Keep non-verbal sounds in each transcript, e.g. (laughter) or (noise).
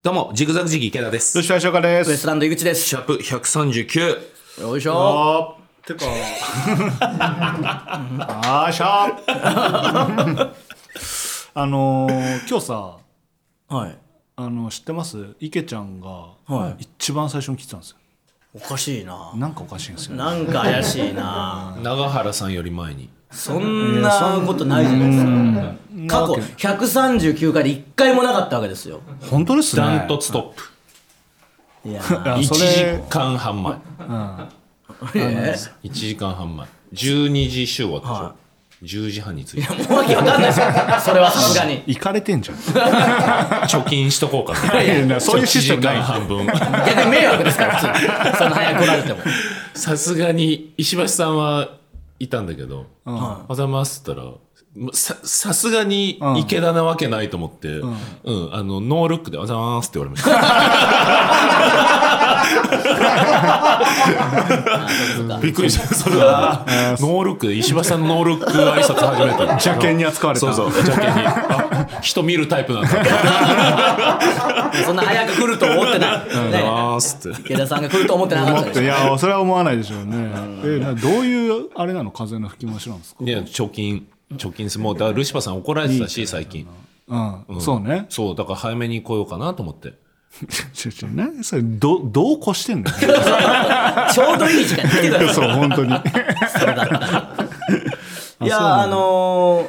どうも、ジグザグジギー池田です。吉田翔太でウエすス。トランド井口ですシャープ139。よいしょあーてか。あーしゃー。 (laughs) あのー、今日さ、はいあの知ってます？池ちゃんがはい一番最初に来てたんですよ。おかしいななんかおかしいんですよ、ね。なんか怪しいな長原さんより前に。 (laughs) そんなことないじゃないですか過去139回で1回もなかったわけですよ本当ですね。ダントツトップ。いやあ1それ時間半前。1時間半前。12時集合でしょは。 10時半に着いて。もうわけわかんないでしょそれはさすがに行かれて (laughs) んじゃん。貯金しとこうかな。いやいやそういうシステ1ム時ない間半分。逆に迷惑です (laughs) から普通にそんな早く来られてもさすがに、石橋さんはいたんだけど、おはようございますって言ったら、さ、さすがに池田なわけないと思って、うん、あの、ノールックで、おはようございますって言われました。びっくりした。それは、ノールックで、石橋さんのノールック挨拶始めた。邪険に扱われそたうそう、邪険に。あ、人見るタイプなんだ。おはよそんな早く来ると思ってなうごいざいねますって。池田さんが来ると思ってなかった思っでしょ (laughs) ていやそれは思わないでしょうね。えなどういうあれなの風の吹き回しなんですか。いや、貯金、貯金です。もう、だからルシファーさん怒られてたし、最近。うん、そうね。そう、だから早めに来ようかなと思って。ちょちょ何それどどう越してんの。 (laughs) ちょうどいい時間に来てくださいそう本当に。いやあのー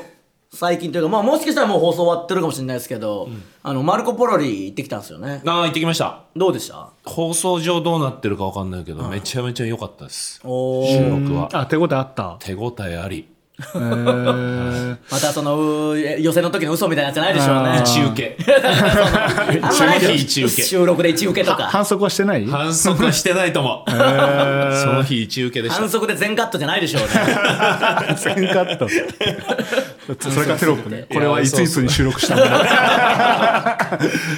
最近というか、まあ、もしかしたらもう放送終わってるかもしれないですけど、あのマルコ・ポロリ行ってきたんですよねああ、行ってきました。どうでした放送上どうなってるかわかんないけど、めちゃめちゃ良かったです。お収ー録は。あ手応えあった。手応えあり。えーまたそのうー予選の時の嘘みたいなやつじゃないでしょう一 (laughs) ね受け。あんまないでし一ょ受け収録で一受けとか (laughs) 反則はしてない反則はしてないと思う。その日一受けでした (laughs) 反。則で全カットじゃないでしょうね全カット。 (laughs) それからテロップね。これはいついつに収録したんい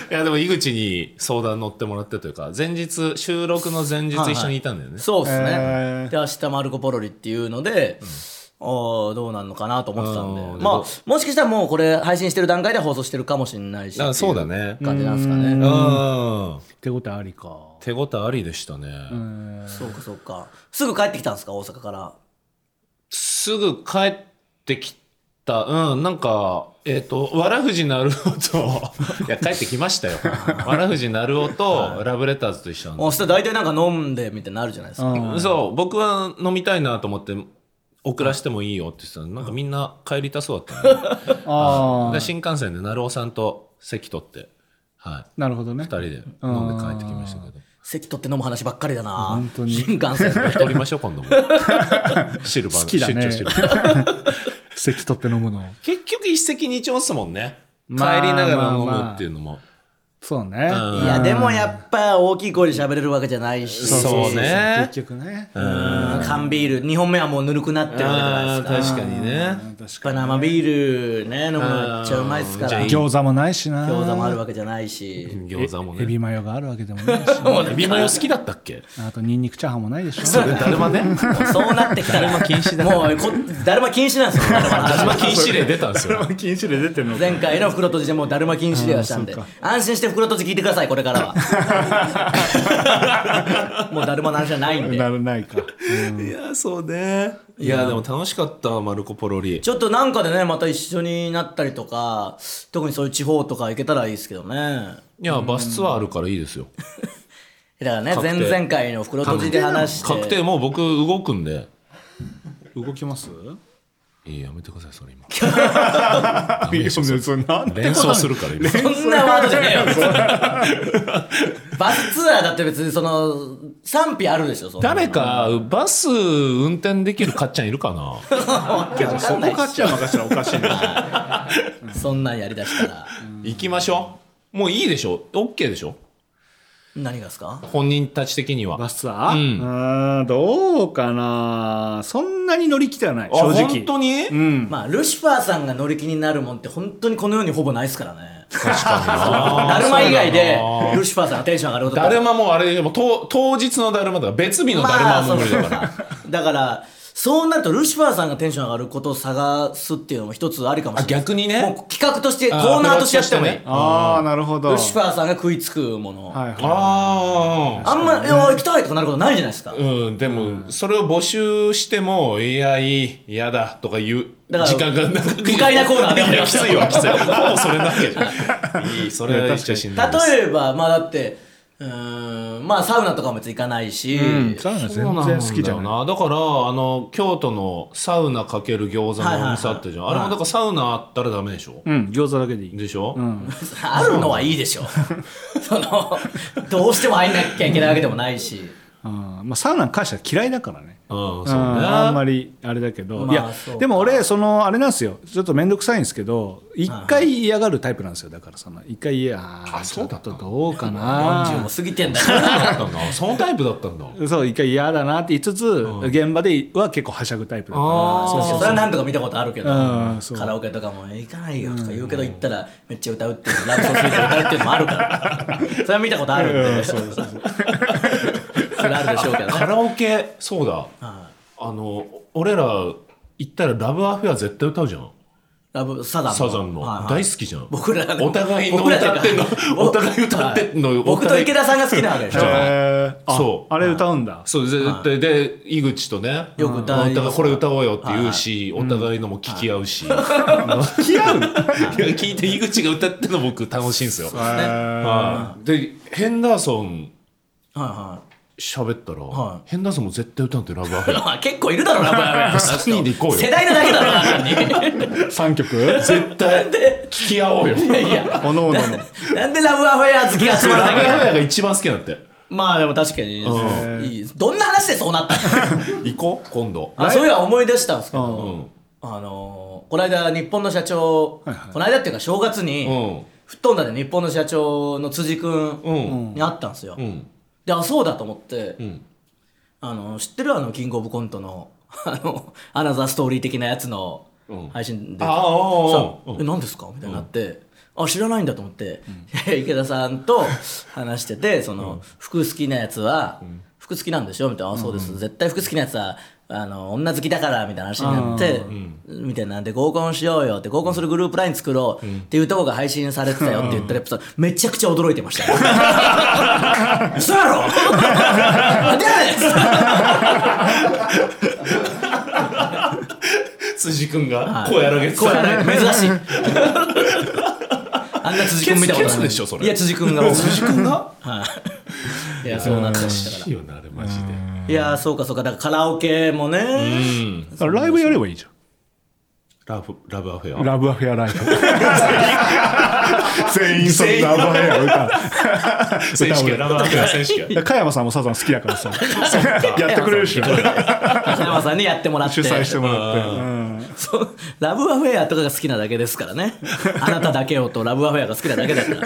や、でも井口に相談乗ってもらってというか、前日、収録の前日一緒にいたんだよね。 (laughs) そうですね、えー (laughs) で明日マルコ・ポロリっていうので、あーどうなんのかなと思ってたあんーでまあもしかしたらもうこれ配信してる段階で放送してるかもしれないしあそうだねっていう感じなんですかねうん。てことありか。手応えありでしたね。そうかそうかすぐ帰ってきたんですか大阪からすぐ帰ってきた。うん、なんか、えっ、と、わらふじなるお (laughs) と、いや、帰ってきましたよ。 (laughs) わらふじなるおと、ラブレターズと一緒なんで明日大体なんか飲んでみたいになるじゃないですか。そう、僕は飲みたいなと思って、遅らしてもいいよって言ってたのなんかみんな帰りたそうだったのね、あで (laughs) あ。新幹線で成尾さんと席取って、はい、なるほどね2。人で飲んで帰ってきましたけど。席取って飲む話ばっかりだな。本当に新 (laughs) 幹線で。取りましょう、今度も。シルバー好きだね出張シルバー (laughs) 席取って飲むの。結局一石二鳥っすもんね。帰りまあながら飲むっていうのも。そうね。いや、でもやっぱ大きい声で喋れるわけじゃないし。そうそうね結局ね。うん缶ビール、2本目はもうぬるくなってるわけじゃないあですーか。やっ確かにね。確ぱかに。生ビールね、飲むのめっちゃうまいですかじゃあら。いい餃餃子もないしな。子もあるわけじゃないし。餃子もエね。ビマヨがあるわけでもないし。エビマヨ好きだったっけあとニンニクチャーハンもないでしょ。れだる (laughs) まね。そうなってきたら、もうこ、だるま禁止なんですよ。だるまだの話 (laughs) るま禁止令出たんですよ。禁止で出 (laughs) てるの前回の袋閉じでもうだるま禁止令はしたんで安心して袋閉じ聞いてくださいこれからはもうだるまの話じゃないんでならないか。いや、そうね。いや、でも楽しかった、マルコ・ポロリ。ちょっとなんかでねまた一緒になったりとか特にそういう地方とか行けたらいいですけどねいや、バスツアーあるからいいですよ。だからね確定前々回の袋閉じで話して確定、もう僕動くんで。動きますいや、やめてください、それ今。いや、それなん連想するから今。そんなワードじゃねえよバスツアーだって別にその賛否あるでしょそんな誰か、バス運転できるかっちゃんいるかなそこかっちゃうのかしらおか (laughs) しいな。そんなんやりだしたら行きましょう。もういいでしょ ?OK でしょ何がですか本人たち的には。バスツアー、うーん、どうかなそんなに乗り気ではないあ正直本当にうんまあ、ルシファーさんが乗り気になるもんって本当にこの世にほぼないですからね。確かになだるま以外でそうだなルシファーさんがテンション上がることだるまもあれでしょもう当当日のだるまとか別日のだるまも無理だから、まあそうそうだから、 (laughs) そうなるとルシファーさんがテンション上がることを探すっていうのも一つありかもしれないあ逆にねもう企画としてコーナーとしてやってもいい、あああ、なるほど。ルシファーさんが食いつくもの、はいはい。ああんま、いや行きたいとかなることないじゃないですか、うん、でも、それを募集しても、いや、いい、嫌だとか言う、だから時間がなく不快なコーナーでいや、きついわ、きつい。もうそれなわけじゃん。いい、それは一緒しんないです。例えばまあだってうーんまあサウナとかも別に行かないし、うん、サウナそうなん全然好きじゃだない。よなだからあの京都のサウナかける餃子のお店あったじゃん、はいはいはいあれもだからサウナあったらダメでしょ、うん、餃子だけでいい。でしょ、 (laughs) あるのはいいでしょ (laughs) そのどうしても入んなきゃいけないわけでもないしあーまあ、サウナに関しては嫌いだからね。うん、そううんねあんまりあれだけど、まあいやそうかでも俺そのあれなんですよちょっと面倒くさいんですけど一回嫌がるタイプなんですよだからその一回嫌あーあそうだったちょっとどうか40もな過ぎてんだからだったんだそのタイプだったんだそう一回嫌だなって言いつつ、現場では結構はしゃぐタイプだかあそうそうそれは何度か見たことあるけど、うんそうカラオケとかも行かないよとか言うけど行ったらめっちゃ歌うっていうラブソングで歌うっていうのもあるか (laughs) らそれは見たことあるんで、うんそそうれはあるでしょうけどカねラオケそうだはいあの俺ら行ったら「ラブアフェア」絶対歌うじゃんラブサザンのサザンの、はいはい大好きじゃん僕らのお互いの僕ら歌ってんの (laughs) お互い歌ってんのはいお互い僕と池田さんが好きなわけでしょら、へーあそうあれ歌うんだ、そう絶対で井口とねよく歌いまうすんお互いこれ歌おうよって言うし、お互いのも聞き合うし、 (laughs) 付き合ういや聞いて井口が歌ってるの僕楽しいんですよ。へーはいでヘンダーソンはいは喋ったら、はヘンダーソンも絶対歌うんだよラブアフい (laughs) ェアまあ結構いるだろうな、これは。 3人で行こうよ世代のだけだろうな、中に。三曲絶対聞き合おうよいや、おのおののなんでラブアフェア好きが集まラらなブいアフ (laughs) かェアが一番好きなんだってまあでも確かに、ういいどんな話でそうなったの行こう今度あそういえば思い出したんですけうど、んあのー、この間日本の社長、この間っていうか正月うに、ん吹っ飛んだで日本の社長の辻う君んに会ったんですよう。んで、あ、そうだと思ってう、んあの知ってるあのキングオブコントのあのアナザーストーリー的なやつのうん配信で、ああさあああえ何ですか?」みたいになって。あ知らないんだと思って、池田さんと話しててその、服好きなやつは、服好きなんでしょみたいな「あそうです、絶対服好きなやつはあの女好きだから」みたいな話になって、みたいなんで合コンしようよって合コンするグループライン作ろうっていうとこが配信されてたよって言ったらやっぱさめちゃくちゃ驚いてましたよ嘘や (laughs) ろなんでやねん辻君がはいこうやらげてこうやらてれ珍しい。あんな辻君見たことケツケツない。でしょそれいや、辻君が。辻君がはい。いや、そうなってましたかいいよなあれマジでら。いや、そうかそうか。だからカラオケもね。うんライブやればいいじ (laughs) ラブラブアフェゃアんラブアフェアライブ全員そのラブアフェアを歌う選手権ラブアフェア選手 (laughs) 権いや加山さんもサザン好きだからさやってくれるでしょ中山さんにやってもらって。主催してもらって、うんそうラブアフェアとかが好きなだけですからね。あなただけをとラブアフェアが好きなだけだから。行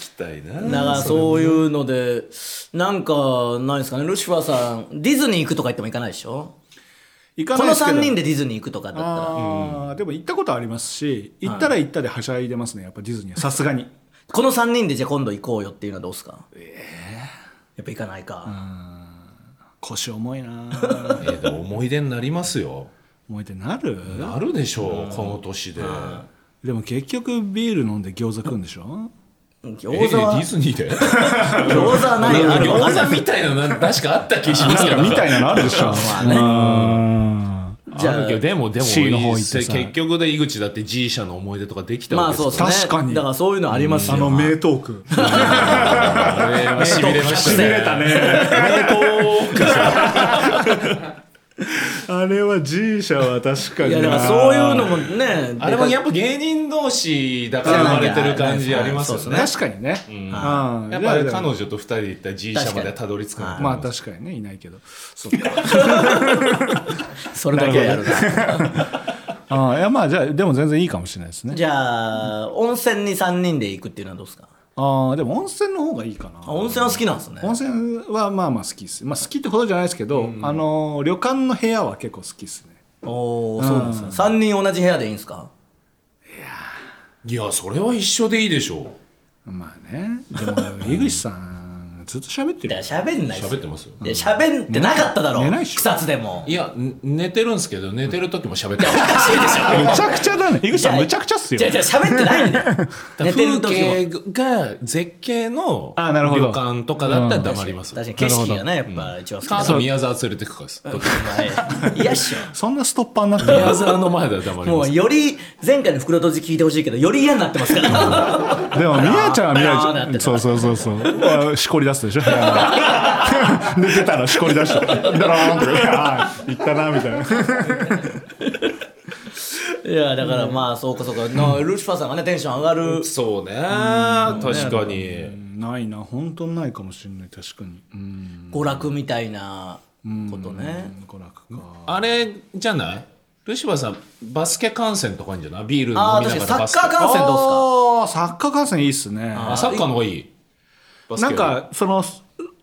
きたいなだからそういうので、なんか、ないですかね。ルシファーさん、ディズニー行くとか言っても行かないでしょ行かこないのですけど3人でディズニー行くとかだったら。あーでも行ったことありますし行ったら行ったではしゃいでますねやっぱディズニーはさすがにこの3人でじゃあ今度行こうよっていうのはどうですかええやっぱ行かないか、腰重いなえ (laughs) ーでも思い出になりますよ重いってなるなるでしょうこの年ででも結局ビール飲んで餃子食うんでしょ餃子は、えーディズニーで餃子はないある餃子みたいなのなん確かあった気しますけどみたいなのあるでしょうんじじゃゃああけどでもでも C の方行ってさ結局で井口だって G 社の思い出とかできたわまあけですそうですね確かにだからそういうのありますよあの名トーク (laughs) あれはしびれました痺ねれたねあれは G 社は確かいにやだからそういうのもねあれもやっぱ芸人同士だから生まれてる感じありますよそうねで確かにね、うんやっぱり彼ま女と二人で行ったら G 社までたどり着くのあ確かにねいないけどそれだけはやるなあーいやまあじゃあでも全然いいかもしれないですね (laughs) じゃあ温泉に3人で行くっていうのはどうですかああでも温泉の方がいいかなあ温泉は好きなんですね温泉はまあまあ好きですまあ好きってほどじゃないですけど、あのー旅館の部屋は結構好きですねおおそうなんですね3人同じ部屋でいいんですかいやそれは一緒でいいでしょうまあねでも井口さんずっと喋っているやよ喋んない喋ってますよいや喋ってなかっただろ寝ないっしょ草津でもいやん寝てるんですけど寝てる時も喋ってお (laughs) かしいでしょむちゃくちゃだね井口さんむちゃくちゃっすよじゃじゃ喋ってないんだよ寝て風る時も景が絶景のあなるほど旅館とかだったら黙ります確かに景色がねやっぱ一番好き母ださんか宮沢連れてくからですらいやっしょそんなストッパーになってる宮沢の前では黙りもまうすより前回の袋閉じ聞いてほしいけどより嫌になってますからでも、みやちゃんはみあーなやっちゃん。てたそうそうそうそう。あしこり出すでしょ部屋の寝てたらしこり出して。だらーんって。あー、行ったな、みたいな。いやだからまあそうかそうかのルシファーさんがねテンション上がるそうね確かにないな、本当にないかもしれない、確かに。うん。娯楽みたいなことね娯楽か。あれじゃないルシファーさんバスケ観戦とかいいんじゃないビール飲みああなが確からにバスサケッカー観戦どうすかあーサッカー観戦いいっすね。あサッカーの方がいいバスケなよりんか、その、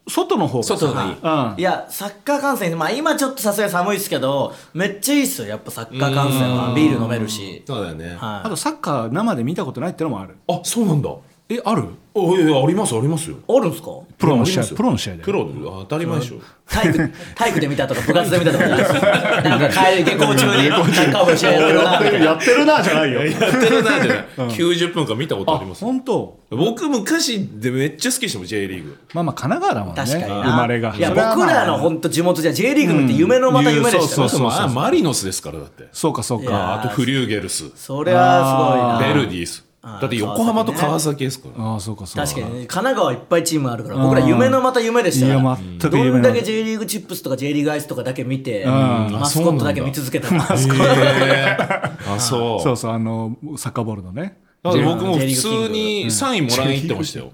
外の方がさ外の方うんいや、サッカー観戦、まあ今ちょっとさすがに寒いですけど、めっちゃいいっすよ、やっぱサッカー観戦は。ビール飲めるし。そうだよねああはい。と、サッカー生で見たことないってのもある。そうなんだえ、あるあいやいやありますありますよおるんすかプロの試ありま合す。よプロの試合だプよ。ロ当たり前でしょ体育、体育で見たとか部活で見たとかじゃないです。なんか帰り、下校中にサッカー部の試合やってるな、みたいな。やってるな、じゃないよ。やってるなじゃない90分間 (laughs) 見たことあります本当。僕昔でめっちゃ好きでしたもん J リーグまあまあ、神奈川だもんね。確かにな。生まれが。いや、それはまあ僕らの本当地元じゃ、J リーグなんて夢のまた夢でしたそようあそうとまあマリノスですからだってそうかそういやか。あとフリューゲルスそれはすベごいな。ルディースだって横浜と川崎ですからああ、そうかそう確かにね、神奈川いっぱいチームあるから、僕ら夢のまた夢でしたいかやら全、く夢どのんだけ J リーグチップスとか J リーグアイスとかだけ見て、マスコットだけ見続けたから。へーあそうそうそう、あの、サッカーボールのね。だから僕も普 J リーグキング通にサインもらいに行ってましたよ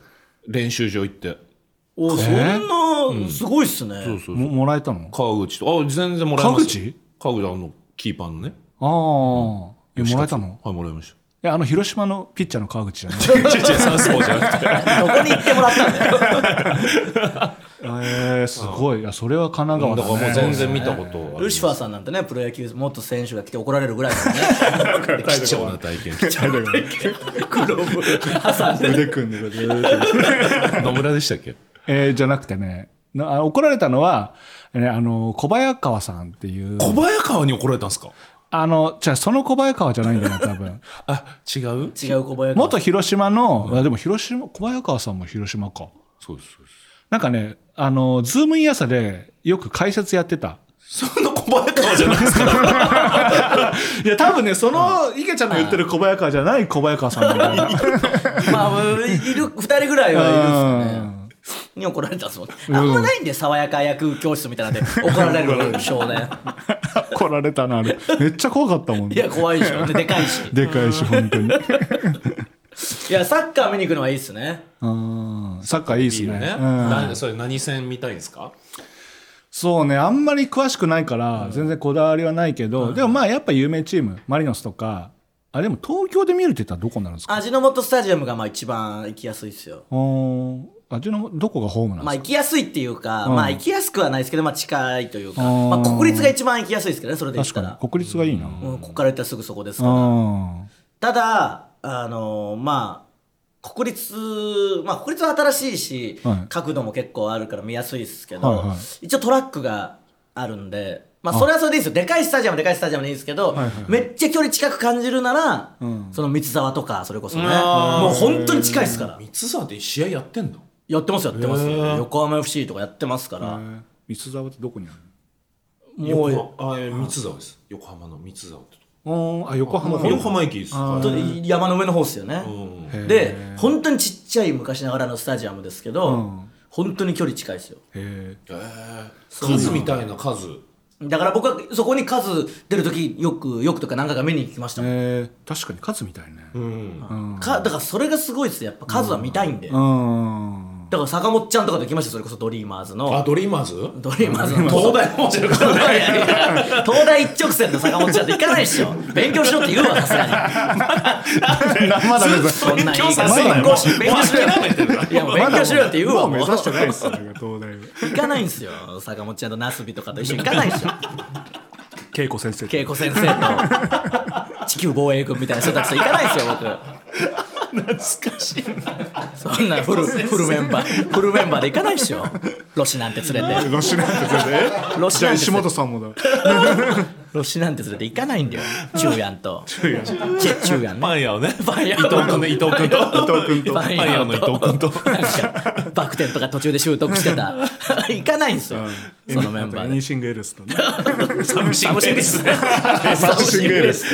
練習場行っておそんな、すごいっすね。ももらえたの川口とあ全然もらいます川口川口あのキーパーのねああ。えもらえたのはいもらいましたいや、あの、広島のピッチャーの川口じゃな (laughs) い。ちっちゃいサウスポーじゃな (laughs) くてどこに行ってもらったんだよ。ええ、すごい。いや、それは神だ奈からも川うだね。全然見たことある (laughs) ルシファーさんなんてね、プロ野球元選手が来て怒られるぐらいですね。貴重な体験腕組 (laughs) んでる。野村でしたっけえーじゃなくてね、なあ怒られたのは、ね、あの、小早川さんっていう。小早川に怒られたんですかあの、じゃあその小早川じゃないんだな、多分。あ違う違う小林元広島の、あでも広島、小早川さんも広島か。そうですそうですなんかね、あの、ズームイン朝でよく解説やってた。そんな小早川じゃない (laughs) ですかいや、多分ね、その、池ちゃんの言ってる小早川じゃない小早川さんなんだよね。まあ、いる、二人ぐらいはいるっすよね。に怒られたんですもんね。あんまないんで、爽やか野球教室みたいなんで怒られる少年。来られたな、あれ。めっちゃ怖かったもんいや、ね。怖いでしょ。で、でかいし。でかいし、本 (laughs) 当に。いや、サッカー見に行くのはいいっすね。うんサッカーいいですね。うん何それ何戦見たいんですかそうね、あんまり詳しくないから、全然こだわりはないけど、でもまあ、やっぱ有名チーム、マリノスとか、あ、でも東京で見るって言ったらどこになるんですか味の素スタジアムがまあ一番行きやすいっすよ。うんあ、ちの、どこがホームなんまですあか行きやすいっていうか、まあ行きやすくはないですけど、まあ近いというか、うんまあ国立が一番行きやすいですけどね、それで言っ確たらか。に、国立がいいな。うん、ここから行ったらすぐそこですから。あただ、あのーまあ、国立、まあ国立は新しいし、はい角度も結構あるから見やすいですけど、はいはい一応トラックがあるんで、まあそれはそれでいいですよ。でかいスタジアム、でかいスタジアムでいいんですけど、いはいめっちゃ距離近く感じるなら、んその三沢とか、それこそね、うんもう本当に近いですから。三沢って試合やってんのやってます、やってます。へー横浜 FC とかやってますかあら、。三沢ってどこにあるもう、横浜あいや三沢です横浜の三沢ってのあ、横浜横浜駅です本当に山の上の方ですよね、うで本当にちっちゃい昔ながらのスタジアムですけど、うん本当に距離近いですよへへえ数みたいな数だから僕はそこに数出る時よくよくとか何回か見に行きましたもん、え確かに勝つみたいねうんかだからそれがすごいですよやっぱ数は見たいんで、うんだから坂本ちゃんとかと行きましたそれこそドリーマーズあのドリーマーズドリーマーズの東大面白いこといやいや東大一直線の坂本ちゃんって行かないでしょ勉強しろって言うわさすがにまだ別そんな言い方勉強させない勉強し勉強しろよいやもう勉強しろよって言うもわうもう目指してないですよ東大は行かないんですよ坂本ちゃんとナスビとかと一緒に行かないでしょ恵子先生恵子先生と地球防衛軍みたいな人たちと行かないですよ僕かしい。そんなフルフルメンバーフルメンバーで行かないでしょロシなんて連れてロ (laughs) シなんて全然ロシじゃなあんて石連本れてさんもだ (laughs) ロシなんて連れて行かないんだよ中やんと中やんパねン屋を (laughs) ね。パン屋伊藤君ね、伊藤 (laughs) 君と。伊藤君とパン屋の伊藤君と。なんかバク転とか途中で習得してた行かないんですよそのメンバあとーエでニシングエルスとね寂しいですね。寂しいです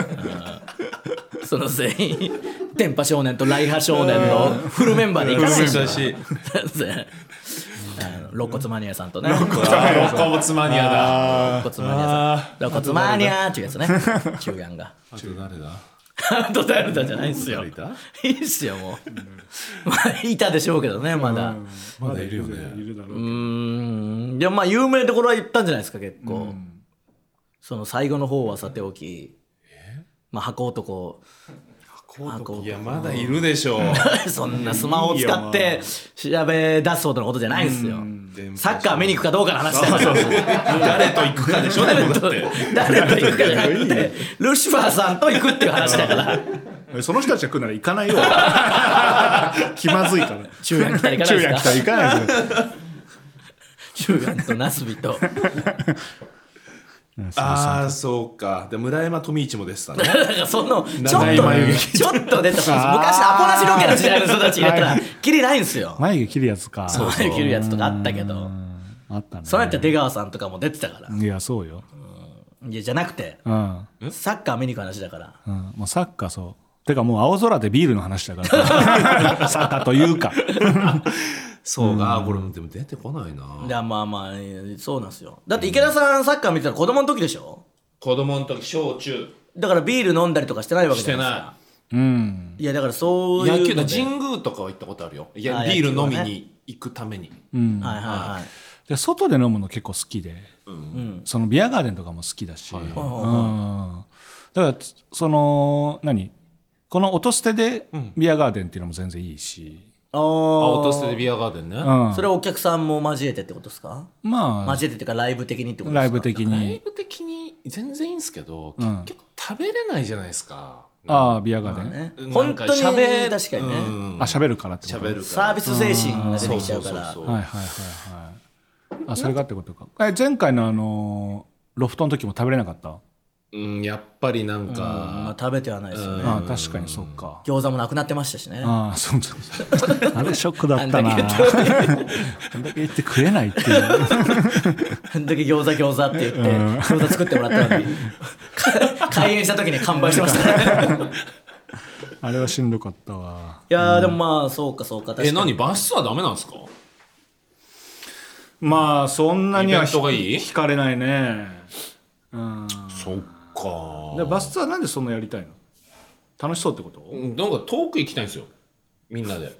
うんその全員電波少年とライハ少年のフルメンバーで行かないんですよ寂しい。全然 (laughs) あの肋骨マニアさんとねあーロコツマニアだ。あ肋骨マニアさん肋骨マニアっていうやつね (laughs) 中眼がと誰だハンドダルダじゃないんすよ誰いたいいっすよもうまあいたでしょうけどねまだまだいるよいね。るだろううーんでもまあ有名どころは行ったんじゃないですか結構その最後の方はさておきまあ箱男箱いや、まだいるでしょう。 (laughs) そんなスマホを使って調べ出すほどのことじゃないんですよサッカー見に行くかどうかの話だよ誰と行くかでしょ、でもだって。誰と行くかじゃな (laughs) くてルシファーさんと行くっていう話だからその人たちが来るなら行かないよ (laughs) 気まずいから中夜来たら行かない昼です夜か来たら行かないですよ中眼とナスビとああ、そうか。で、村山富一も出てたね。だからそのちょっと長い眉ちょっと出た昔アポなしロケの時代の人たち入れたらキリないんですよ眉毛切るやつかそう眉毛切るやつとかあったけどあったねそうやって出川さんとかも出てたからいやそうよいやじゃなくてうん、サッカー見に行く話だからうん、もうサッカーそうてかもう青空でビールの話だから (laughs) サッカーというかそうか。あーこれ、でも出てこないな。いやまあまあそうなんですよだって池田さんサッカー見てたら子供の時でしょ子供の時、小中。だからビール飲んだりとかしてないわけしじゃてないですないか。うんいやだからそういう野球のだで神宮とかは行ったことあるよいやあービール飲み野球はねに行くために、はいはいはいで外で飲むの結構好きで、そのビアガーデンとかも好きだし、うんだからつその何この音捨てでビアガーデンっていうのも全然いいし、ああー落としてビアガーデンね、うんそれはお客さんも交えてってことですかまあ交えてっていうかライブ的にってことですかライブ的ライにブ的に全然いいんですけど、ん結局食べれないじゃないですかああビアガーデン、ねなんか本当に喋確かにうねんあ喋るからってこと喋るサかービス精神がら出てきちゃうからそうそうそうそうはいはいはいはいあそれがってことかえ前回のあのーロフトの時も食べれなかった、うんやっぱりなんまあか、食べてはないですよねああ確かにそうか餃子もなくなってましたしねああそうそうそうあれショックだったなああんだけんだけ言って食えないっていうあんだけ餃子餃子って言って餃子作ってもらったのに開園した時に完売してましたねあれはしんどかったわいやーでもまあそうかそうかえ確か何にバスはダメなんですかまあそんなにイはベントがいい惹かれないねうんそっでかバスツアーなんでそんなやりたいの楽しそうってこと、うんなんか遠く行きたいんですよみんなで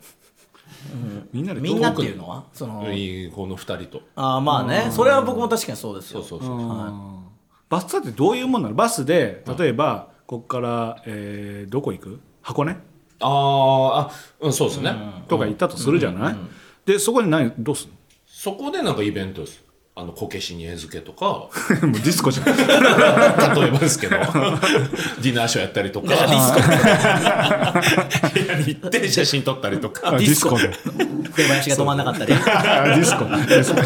みんなでみんなっていうのはそのいいこの二人とああまあねそれは僕も確かにそうですそようそうそう、バスツアーってどういうもんなのバスで例えばこっから、えーどこ行く箱根あーあうんそうですね、とか行ったとするじゃない、でそこで何どうすんそこでなんかイベントですあのこけしに餌付けとかの (laughs) (laughs) もうディスコじゃん例えばですけどディナーショーやったりとかだからディスコ部屋に行って写真撮ったりとかディスコで出囃子が止まんなかったりあディスコディスコ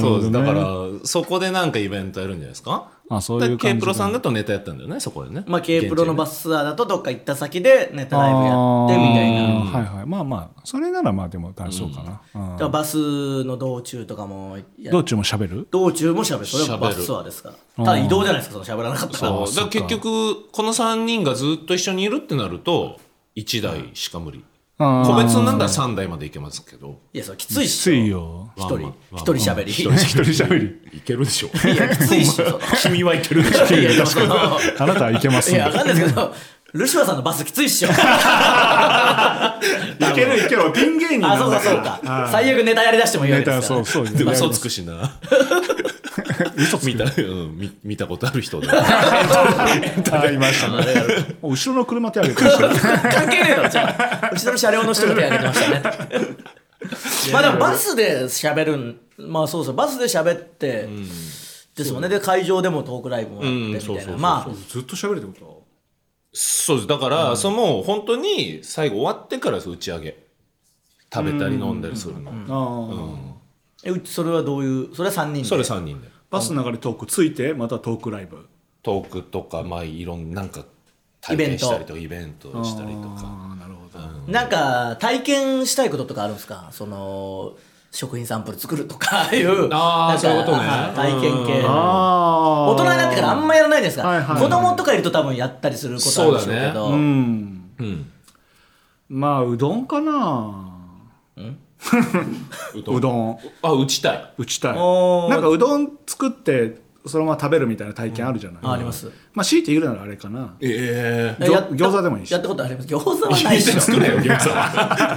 そうですだか (laughs) なるほどねらそこでなんかイベントやるんじゃないですかあそういう感じだ K プロさんだとネタやったんだよねそこでねまあ K プロのバススツアーだとどっか行った先でネタライブやってみたいなあーはいはいまあまあそれならまあでも楽しそうかな、うんだからバスの道中とかもや道中も喋る道中もしゃべるそれは喋バるスツアーですからただ移動じゃないですかその喋らなかったらそうだから結局この3人がずっと一緒にいるってなると1台しか無理あー個別になんだら3台までいけますけどいやそれきついっきしつょい一よまあまあ人まあまあ一人しゃべり一人一人喋りいけるでしょいやきついっしょその君はいけるでしょいやいやそのあなたはいけますいやねわかんないですけどルシファーさんのバスきついっしょいけるいけるピン芸人あなそんうだかそうか最悪ネタやりだしてもいいわネけでタすそからうそうでよ嘘つくしな嘘つ見た、うん、見見たことある人だあーいましたね後ろの車手挙げてる関係ねえだろじゃあうちの車両の人が手挙げてましたねまあでもバスで喋るんまあそうそうバスで喋って、ですもんねで会場でもトークライブもやってみうんそうたそういそうそうなまあずっと喋るってこそうです。だから、その、本当に最後終わってからです打ち上げ。食べたり飲んだりするの。とああえうちそれはどういうそれは3人でそれ3人で。バスの中でトークついてまたトークライブトークとか、まあ、いろんな、なんか、体験したりとか、イベントしたりとか。ああなるほどなんか体験したいこととかあるんですかその食品サンプル作るとかいうあーなんかそういうことねはい体験系あ大人になってからあんまやらないじゃないはいですはいかはい子供とかいると多分やったりすることあるんでしょうけどうんうん。まあうどんかなううどんあ、打ちたい。打ちたいおーなんかうどん作ってそのまま食べるみたいな体験あるじゃない、あありますまあ強いて言うならあれかなええ餃やった餃子でもいいしやったことあります餃子はないでしょ作れよ、餃子は。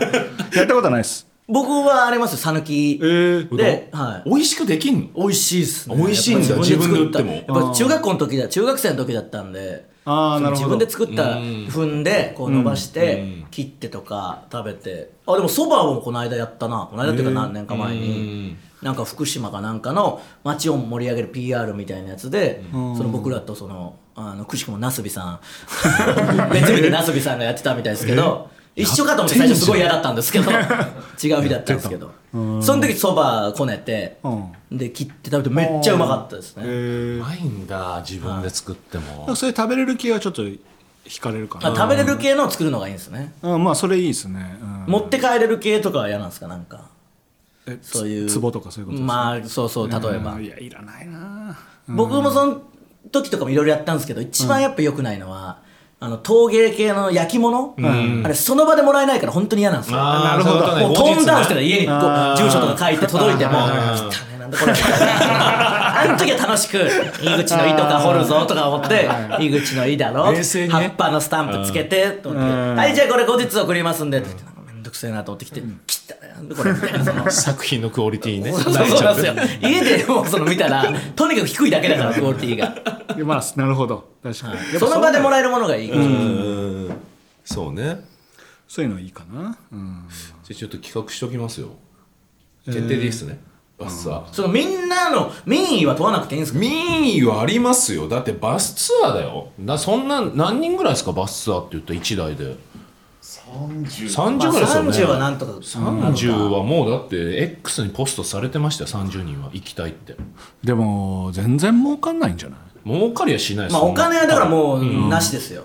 やったことはないです僕はありますよさぬきえうどんでは (laughs) い美味しくできんの美味しいっすね美味しいんだやぱ自分で作った自分で売ってやっぱ中学校の時だ中学生の時だったんでああなる自ほ分どで作った踏んでこう伸ばして切ってとか食べてあでもそばをこの間やったなこの間っていうか何年か前になんか福島かなんかの街を盛り上げる PR みたいなやつでその僕らとそのあのくしくもなすびさん (laughs) 別日でなすびさんがやってたみたいですけど一緒かと思って最初すごい嫌だったんですけど違う日だったんですけどその時そばこねてうんで切って食べてめっちゃうまかったですえねうーまいんだ、自分で作っても。それ食べれる系はちょっと惹かれるかあな食べれる系のを作るのがいいんですねうん、まあそれいいですね、うん、持って帰れる系とかは嫌なんですかなんかえそういうつ壺とかそういうことですかまあそうそう例えば、うんいやいらないな僕もその時とかもいろいろやったんですけど一番やっぱ良くないのは、あの陶芸系の焼き物、あれその場でもらえないから本当に嫌なんですよあなーるほどそういうもうことねトーンダウンしてたら家にこうあー住所とか書いて届いてもはいはい汚ねえなんだこれあの時は楽しく入り口の「い」とか掘るぞとか思って入り口の「い」だろ冷静にね葉っぱのスタンプつけてと思ってうんはいじゃあこれ後日送りますんで」って言ってなんかめんどくせえなと思ってきて「汚ねえなんだこれ」みたいなその作品のクオリティね。そうそうそうなんですよ。家でもうその見たら、とにかく低いだけだから、クオリティが。でまあなるほど確かに、やっぱその場でもらえるものがいいから。うん。そうね。そういうのいいかな、うん、じゃあちょっと企画しときますよ。決定ですね。バスは。そのみんなの民意は問わなくていいんですか民意はありますよ。だってバスツアーだよ。なそんな、何人ぐらいですか、バスツアーって言ったら1台で。30ぐらいですよね。 30はなんとか。 30はもうだって X にポストされてましたよ30人は行きたいってでも全然儲かんないんじゃな儲かりはしないまあお金はだからもう、んなしですよ。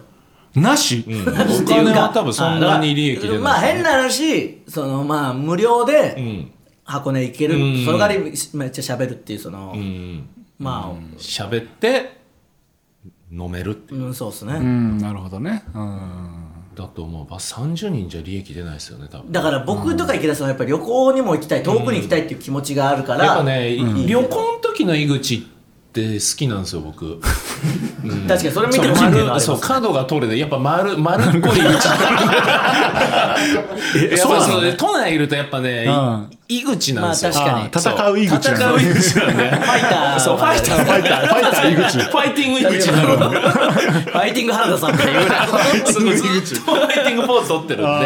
いなし、おなしっていう金かは多分そんなに利益出ないまあ変な話、そのまあ無料うでん箱根行けるうん。その代わりめっちゃ喋るっていう、そのう、んま喋って飲めるってあ、うん、そうですうね。んなるほどねうんだと思うバス30人じゃ利益出ないですよね多分だから僕とか池田さんはやっぱり旅行にも行きたい、遠くに行きたいっていう気持ちがあるから、やっぱね、旅行の時の井口って好きなんですよ僕確かにそれ見てそうもらえる丸のはありますそう角が取れてやっぱ丸丸っ (laughs) こい道やっぱそうね都内いるとやっぱね、うん井口なんですよ、まあ確かに戦う井口戦う井口なんでファイター。そうファイターファイター。ファイター井口ファイティング井口になる (laughs) のファイティング原田さんっていうぐらい。そうずっとファイティングポーズ取ってるんであ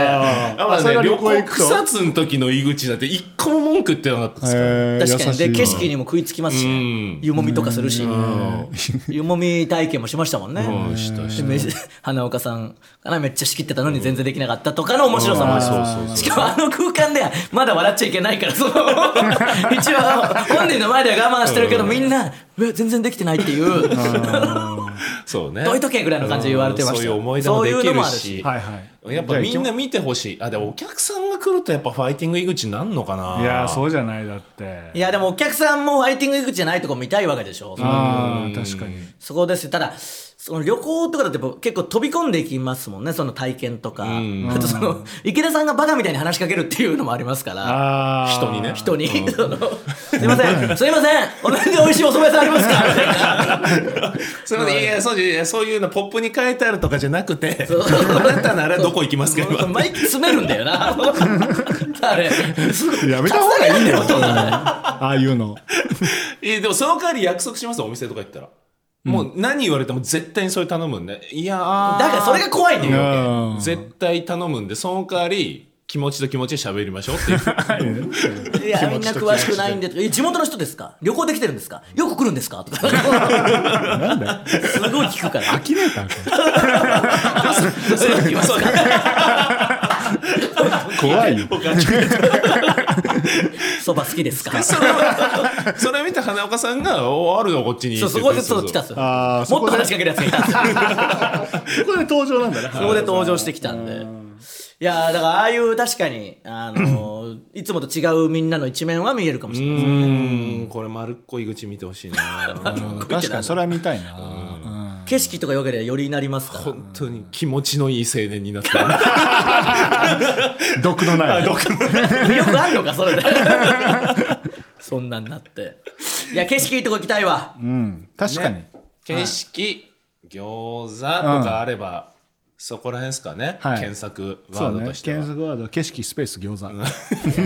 ーやっぱそれがね旅旅行行行くと草津の時の井口なんて一個も文句言ってなかったですから、確確かに。で、景色にも食いつきますしうんね、湯もみとかするし、湯もみ体験もしましたもんね。うんしたしでめ (laughs) 花岡さんかなめっちゃ仕切ってたのに全然できなかったとかの面白さもあるしうんそうそうそうしかもあの空間ではまだ笑っちゃいけないからそ (laughs) の一応本人の前では我慢してるけどみんなうわ全然できてないっていうそうねどいとけぐらいの感じで言われてましたそういよう思い出もでそういきうのるもあるし (laughs) しはいはいやっぱみんな見てほしいあでもお客さんが来るとやっぱファイティング井口になんのかないいやーうそうじゃないだっていやでもお客さんもファイティング行くじゃないとこ見たいわけでしょそのああ確かにそこですよただその旅行とかだって僕結構飛び込んでいきますもんねその体験とか、あとその池田さんがバカみたいに話しかけるっていうのもありますからああ人にね人に、 (laughs) そのすいませんすいません同じ美味しいお蕎麦屋さんありますかみたいなそれでいやそうじゃいやそういうのポップに書いてあるとかじゃなくて (laughs) そうあなたならどこ行きますか (laughs) その毎回詰めるんだよなあれやめた方がいいんだよ (laughs) ああいうのいやでもその代わり約束しますよお店とか行ったらもう何言われても絶対にそれ頼むんでいやーだからそれが怖いんだよ絶対頼むんでその代わり気持ちと気持ちで喋りましょうっていう。いや、みんな詳しくないんでとか、え地元の人ですか旅行できてるんですかよく来るんですかとか。すごい聞くから。きれた (laughs) それ言いますか怖いよ。そば好きですかそれをそれを見て花岡さんが「おあるよこっちに」そう、っそてこ言っでてそう来たんですよ。あもーっそとこで話しかけるやつがいたんですよそこで登場なんだな。そこで登場してきたんで。いやーだからああいう確かに、あのーいつもと違うみんなの一面は見えるかもしうれない。ーんこれ丸っこい口見てほしいな確かにそれは見たいな。景色とかよければよりなりますから。本当に気持ちのいい青年になった毒のない。よくあるのか、それで。そんなんなって。いや、景色いいとこ行きたいわ。 (laughs) うん、確かに。景色餃子とかあれば、そこら辺ですかね、はい検索そワーうドね。としては検索ワード、景色、スペース、餃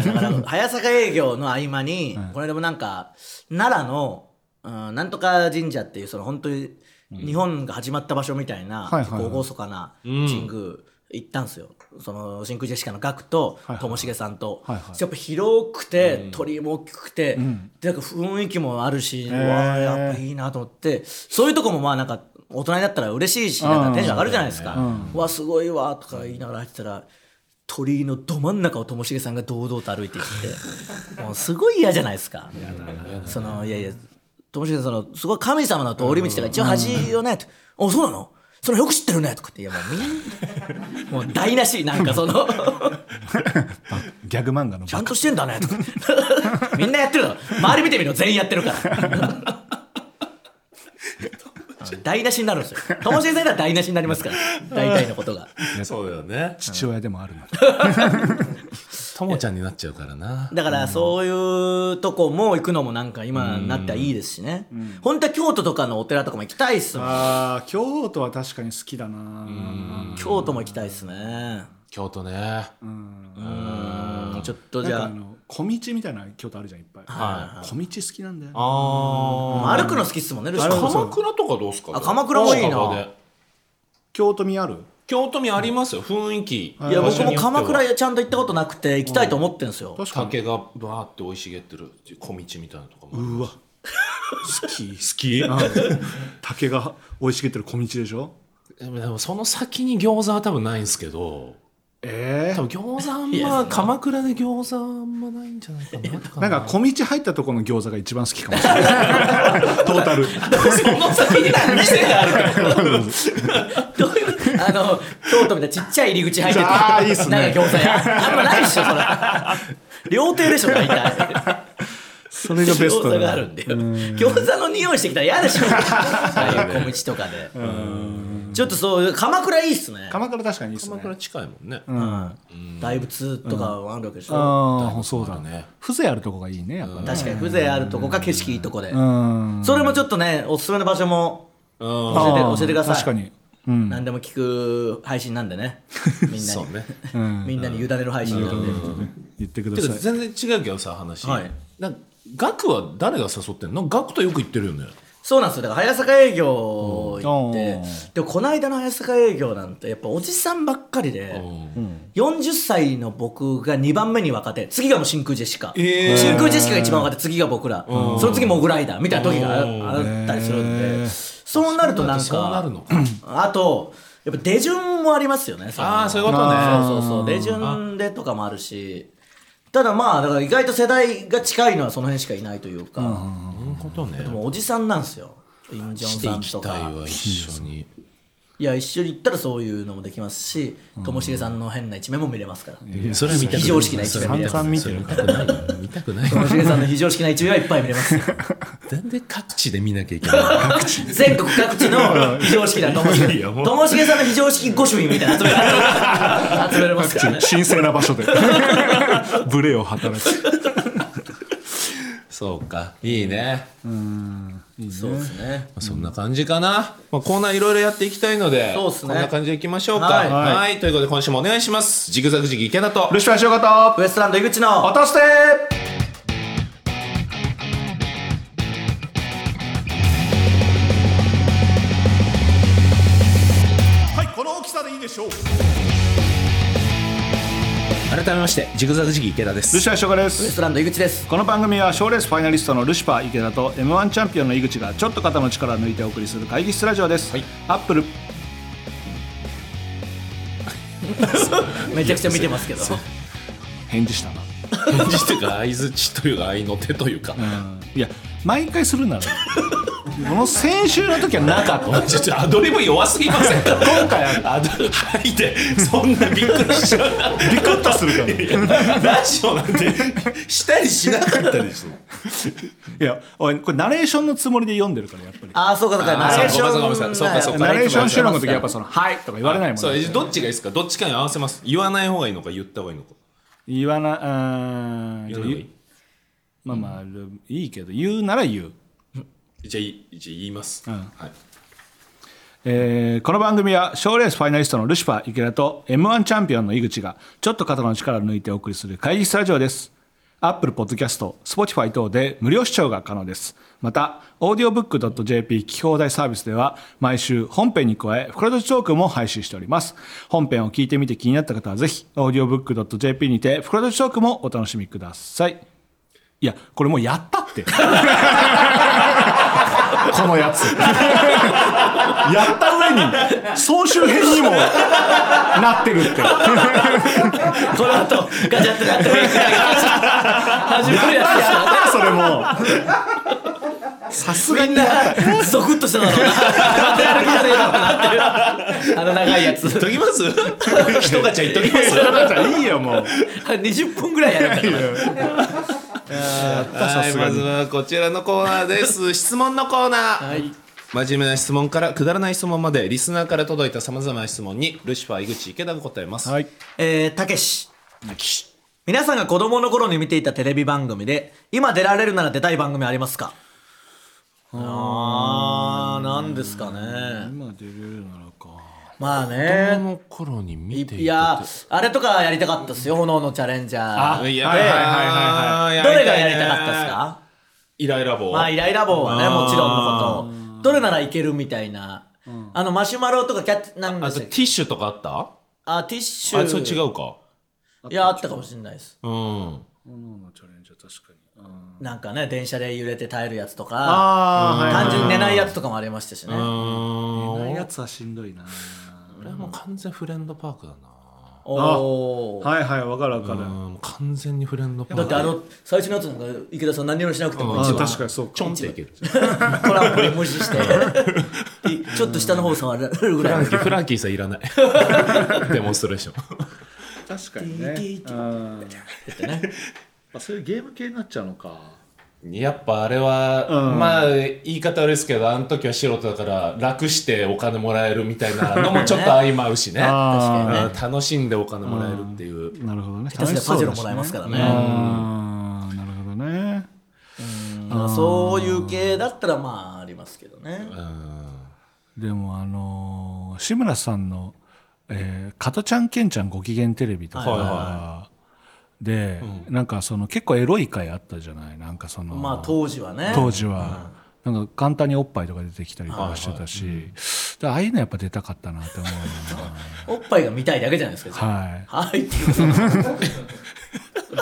(laughs) 子。だから、早坂営業の合間に、これでもなんか、奈良の、うん、なんとか神社っていう、その本当に日本が始まった場所みたいな、はいはい結構厳かな神宮行ったんですよ。その真空ジェシカのガクとはいはいともしげさんと、はいはいやっぱ広くて、鳥居も大きくて、でなんか雰囲気もあるし、うわーやっぱいいなと思ってそういうとこもまあなんか大人になったら嬉しいしなんかテンション上がるじゃないですか「うわすごいわ」とか言いながら入ってたら鳥居のど真ん中をともしげさんが堂々と歩いてい (laughs) ってもうすごい嫌じゃないですか。そのいやいやともしげさんそのすごい神様の通り道とか一応端をねと「おそうなのそれよく知ってるね」とかって「いやもうみんなもう台無しなんかその。ギャグ漫画のちゃんとしてんだね (laughs) とかみんなやってるの周り見てみろ全員やってるから (laughs) 台無しになるんですよともしげさんなら台無しになりますから大体のことがそうだよね父親でもあるの。ともちゃんになっちゃうからなだからそういうとこも行くのもなんか今になってはいいですしね、本当は京都とかのお寺とかも行きたいっすもんああ、京都は確かに好きだな。京都も行きたいっすね京都ねうんちょっとなんじかゃあの小道みたいな京都あるじゃんいっぱい。小道好きなんだよね。あああ歩くの好きっすもんねルシさん鎌倉とかどうすかあ鎌倉もいいな近場で京都味ある？京京都民ありますよ雰囲気いや僕場所によっも鎌ては倉ちゃんと行ったことなくて行きたいと思ってんすよ、確かに。竹がバーって生い茂ってる小道みたいなとかもうわ、好き。 (laughs) 好き竹が生い茂ってる小道でしょ？でもでもその先に餃子は多分ないんですけどえ多分餃子あんいやそまんな鎌倉で餃子あんまないんじゃないかなえ。なんか小道入ったところの餃子が一番好きかもしれない。トータル。その先に店があるから。どういう、あの、京都みたいなちっちゃい入り口入っててあーいいっすねなんか餃子屋。あんまないでしょ、それ。料亭でしょ、大体。それがベストだな餃子があるんで。餃子の匂いしてきたら嫌でしょ。ああいう小道とかで。ちょっとそう、鎌倉いいっすね。鎌倉確かにいいっすね鎌。倉近いもんね、うん大仏とかはあるわけでしょ。ああ、そうだね。風情あるとこがいいね、やっぱね。確かに風情あるとこか景色いいとこで。うん。それもちょっとね、おすすめの場所もうん教えて教えてください。確かに。何でも聞く配信なん (laughs) でね。みんなそうに。ねみんなに委ねる配信なんで。言ってくだてかさい。全然違うけどさ話、はいなんかガクは誰が誘ってんのなんかガクとよく言ってるよねそうなんですよ。だから早坂営業行って、うんでもこの間の早坂営業なんてやっぱおじさんばっかりで、40歳の僕が2番目に若手、次がもう真空ジェシカ、えー真空ジェシカが一番若手、次が僕ら、その次モグライダーみたいな時がああったりするんで、そうなるとなんか、そうなるのかあと、やっぱ出順もありますよね。そのあーそういうことねそうそうそう。出順でとかもあるし、ただまあ、だから意外と世代が近いのはその辺しかいないというそか、ういうことねでもおじさんなんですよ。インジョンしてさいんきとたいか。わ一緒にいや、一緒に行ったらそういうのもできますし、ともしげさんの変な一面も見れますから。とそれは見たくない非常識な一面それ散々見てるそれ見たくない見たくないもしげさんの非常識な一面はいっぱい見れますよ。なんで各地で見なきゃいけないの (laughs) 各地全国各地の非常識なともしげ。いやもうともしげさんの非常識御朱印みたいな集められる集められますから (laughs) ね。神聖な場 (laughs) 所でブレを働くそうかいいねそうですね。まあそんな感じかな、まあ、コーナーいろいろやっていきたいのでそうっすねこんな感じでいきましょうかはいはい、ということで今週もお願いしますジグザグジギ池田とルシファー仕事ウエストランド井口の落としてはいこの大きさでいいでしょう改めましてジグザグジギ池田でルすシア翔太でウエスすトランド井口ですこの番組は賞レースファイナリストのルシファー池田と m 1チャンピオンの井口がちょっと肩の力を抜いてお送りする会議室ラジオです、はいアップルめちゃくちゃ見てますけど返事したな返事というか相づちというか相の手というか、いや毎回す (laughs) るならこの先週の時はなかったちょっとアドリブ弱すぎませんか今回はアドリブ吐いてそんなびっくりしちゃうビクッとするから。ラジオなんてしたりしなかったでしょいやおいこれナレーションのつもりで読んでるからやっぱりああそうかそうかあーナレーションそうかそうかそうか (laughs) そうかナレーション収白録の時やっぱその「はい」とか言われないもんそうねえどっちがいいですかどっちかに合わせます言わない方がいいのか言った方がいいのか言わなあー言じゃわない方あが言いうまあまあいいけど言うなら言ういじゃあいじゃあ言います、はいえーこの番組は賞レースファイナリストのルシファー池田と m 1チャンピオンの井口がちょっと肩の力を抜いてお送りする会議室ラジオですアップルポッドキャスト Spotify 等で無料視聴が可能ですまた audiobook.jp 聞き放題サービスでは毎週本編に加え袋とじトークも配信しております本編を聞いてみて気になった方はぜひ audiobook.jp にて袋とじトークもお楽しみくださいいやこれもうやったってこのやつ。 (laughs) やった上に、総集編にもなってるって。この後ガチャってなってもいいくらい始めるやつやそれも。さすがみんなゾクッとしただろうなやってやる気じゃねえだろうなっていうあの長いやつ言っときます (laughs) 人がちゃん言っときますいいよ、もう。 20分ぐらいやるんだからはいまずはこちらのコーナーです (laughs) 質問のコーナー、はい真面目な質問からくだらない質問までリスナーから届いたさまざまな質問にルシファー井口池田が答えます、はいえーたけし。皆さんが子供の頃に見ていたテレビ番組で、今出られるなら出たい番組ありますかあー、なんですかね。今出れるならかまあこね。の頃に見ていいやー、あれとかやりたかったっすよ、炎のチャレンジャー。いやはいはいはいどれがやりたかったっすかイライラ棒まあ、イライラ棒はね、あーもちろんのこと。どれならいけるみたいな。あの、マシュマロとかキャッチ、なんであすとかティッシュとかあったあ、ティッシュ。あそれ違うかいや、あったかもしれないです。うん炎のチャレンジは確かに。なんかね、電車で揺れて耐えるやつとか、ああ、はい。単純に寝ないやつとかもありましたしね。うんないやつはしんどいな。俺はもう完全フレンドパークだなおーはいはい、わかるわかる。うん完全にフレンドパークだってあの最初のやつなんか池田さん何もしなくてもあ一あ番確かにそうちか。ょんっていける (laughs) トランプに無視していちょっと下の方触れるぐフらラいンキーフランキーさんい (laughs) らないデモンストレーション確かにね。うんまあそういうゲーム系になっちゃうのか。やっぱあれは、うんまあ言い方悪いですけどあの時は素人だから楽してお金もらえるみたいなのもちょっと相まうしねあうん楽しんでお金もらえるっていう、なるほどね。下手すりゃパジェロもらえますからねああ、なるほどね。まあそういう系だったらまあありますけどねでも、あのー、志村さんの、えー、加トちゃんけんちゃんご機嫌テレビとか、はいはいで、なんかその結構エロい回あったじゃないなんかその、まあ当時はね当時は、なんか簡単におっぱいとか出てきたりとかしてたし、でああいうのやっぱ出たかったなって思う (laughs) おっぱいが見たいだけじゃないですかじゃなはいあはいっていう (laughs)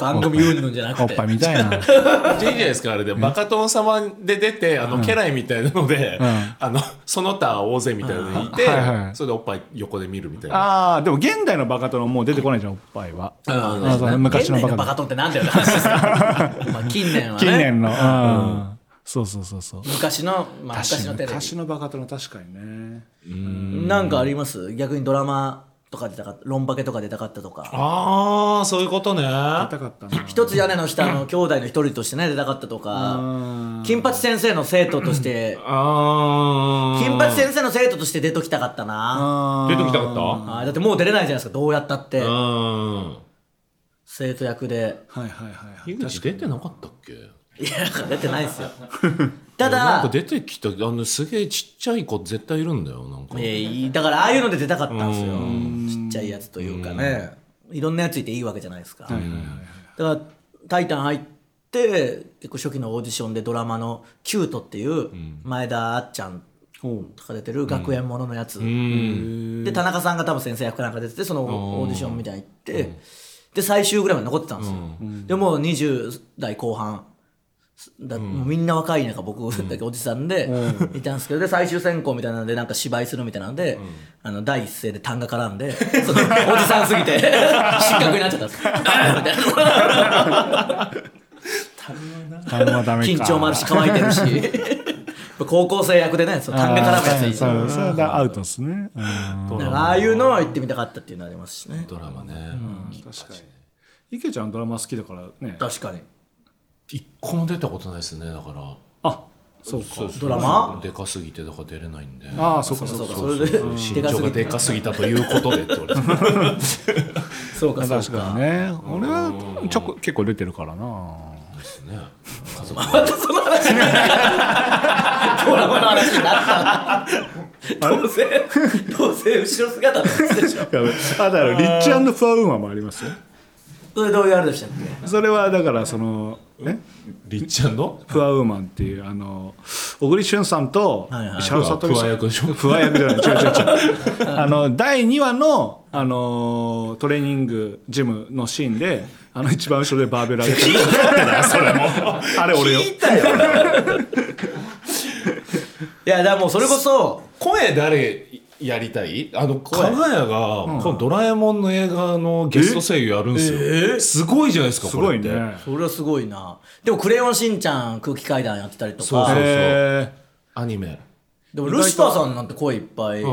番組云々じゃなおくってぱいみたい (laughs) なでいいじゃないですかあれでバカ殿様で出てあの家来みたいなので、んあのその他大勢みたいなのでいて、うんはいはいそれでおっぱい横で見るみたいなああでも現代のバカ殿もう出てこないじゃんおっぱいはうんあーそうね昔の現代バのバカカトンってなんだよって話ですからまあ近年はね近年のうんそうそうそうそう昔のまあ昔のテレビ昔のバカ殿確かにね。なんかあります逆にドラマとか出たかった、ロンバケとか出たかったとか。ああそういうことね出たかったな。一つ屋根の下 (laughs) の兄弟の一人としてね、出たかったとか、金八先生の生徒として、ああ金八先生の生徒として出ときたかったな。出てきたかったあーだってもう出れないじゃないですか、どうやったってう。ん生徒役で。はいはいはいはい。樋口出てなかったっけいや、なんか出てな (laughs) いですよ。たなんかだ、出てきたあのすげえちっちゃい子絶対いるんだよなんか、えーだからああいうので出たかったんですよ。ちっちゃいやつというかね。いろんなやついていいわけじゃないですか。だから「タイタン」入って結構初期のオーディションでドラマの「キュート」っていう前田あっちゃんとか出てる学園もののやつ、うんで田中さんが多分先生役かなんか出ててそのオーディションみたいに行って、で最終ぐらいまで残ってたんですよ、でもう20代後半だもうみんな若い中僕だけおじさんで、いたんですけどで最終選考みたいなのでなんか芝居するみたいなので、あの第一声で単が絡んでそのおじさんす (laughs) ぎて失格になっちゃったん (laughs) ですよみたいな単語はダメか緊張もあるし乾いてるしやっぱ高校生役でねその単が絡むやついいですよそうそれがアウトですね、うんだからああいうのは行ってみたかったっていうのはありますしねドラマね、確かに池ちゃんドラマ好きだからね確かに一個も出たことないですねだからあそうかドラマでかすぎてだから出れないんでああそうかそそうかうかそれで身でか長すがぎてでかすぎたということでって言われてそうかそうか確かにね俺はちょこ結構出てるからなです (laughs) ね家族またその話になったドラマの話になったどうせどうせ後ろ姿のやつでしょやべあだからリッチフアウーマンもありますよそれどういうあれでしたっけそれはだからそのねりっちゃんのフアウーマンっていうあの小栗旬さんとはいはい石原さとみ不さ破ん役でしょ不和役じゃない違う違う違 (laughs) うあの第2話の、あのートレーニングジムのシーンであの一番後ろでバーベル上げてあれ俺よいやだからもうそれこそ声誰やりたいあの加賀谷が、この「ドラえもん」の映画のゲスト声優やるんですよ、すごいじゃないですかすこごれいってねそれはすごいなでも「クレヨンしんちゃん」空気階段やってたりとそうそうかへアニメでもルシファーさんなんて声いっぱいう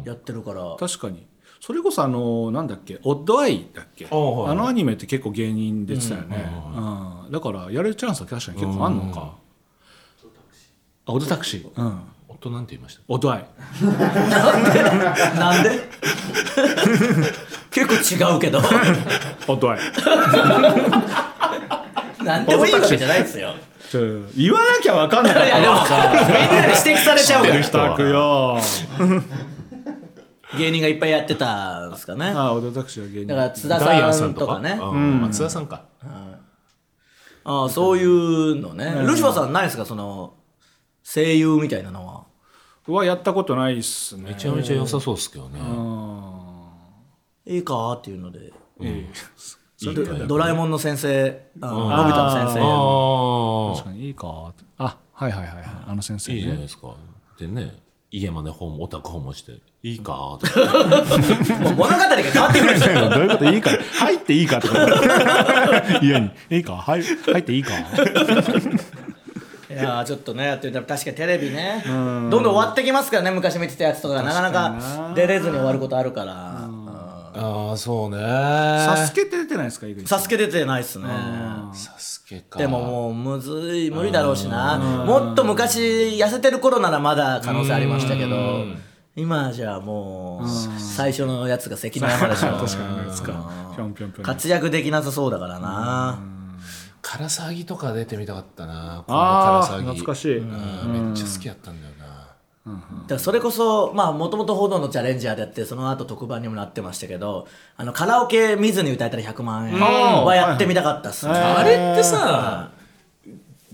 んやってるからー確かにそれこそあのーなんだっけ「オッドアイ」だっけああはいのアニメって結構芸人出てたよね、うんだからやれるチャンスは確かに結構あんのかあオッドタクシーうん夫なんて言いましたオッドアイなんで結構違うけどオッドアイなんでもいいわけじゃないですよちょ言わなきゃ分かんないいやでもみんなに指摘されちゃうからたくよ芸人がいっぱいやってたんですかねだかあオッドタクシーは芸人ら津田ダイアンささんんととかかねうん、津田さんかああそういうのねルシファーさんないですかその声優みたいなのははやったことないっすねめちゃめちゃ良さそうですけどね、いいかっていうのでいいド回ドラえもんの先生あののび太の先あ生確かにいいかとあはいはいはいはいあの先あ生いいじゃないねですかでね家まで訪問オタク訪問していいかーってもう物語が変わってくるんですよどういうこといいか入っていいかとか (laughs) 家にいいか入入っていいかいやーちょっとねやってみたら確かにテレビねどんどん終わってきますからね昔見てたやつとかがなかなか出れずに終わることあるからうんああそうねサスケって出てないですか井口さサスケ出てないっすねサスケかでももうむずい無理だろうしなもっと昔痩せてる頃ならまだ可能性ありましたけど今じゃあもう最初のやつが関の山でしょ (laughs) 確かにないですかぴょんぴょんぴょん活躍できなさそうだからなカラサギとか出てみたかったなあこあのカラサギ懐かしいうん、めっちゃ好きやったんだよなだからそれこそまあもともと報道のチャレンジャーでやってその後特番にもなってましたけどあのカラオケ見ずに歌えたら100万円はやってみたかったっすねあれってさ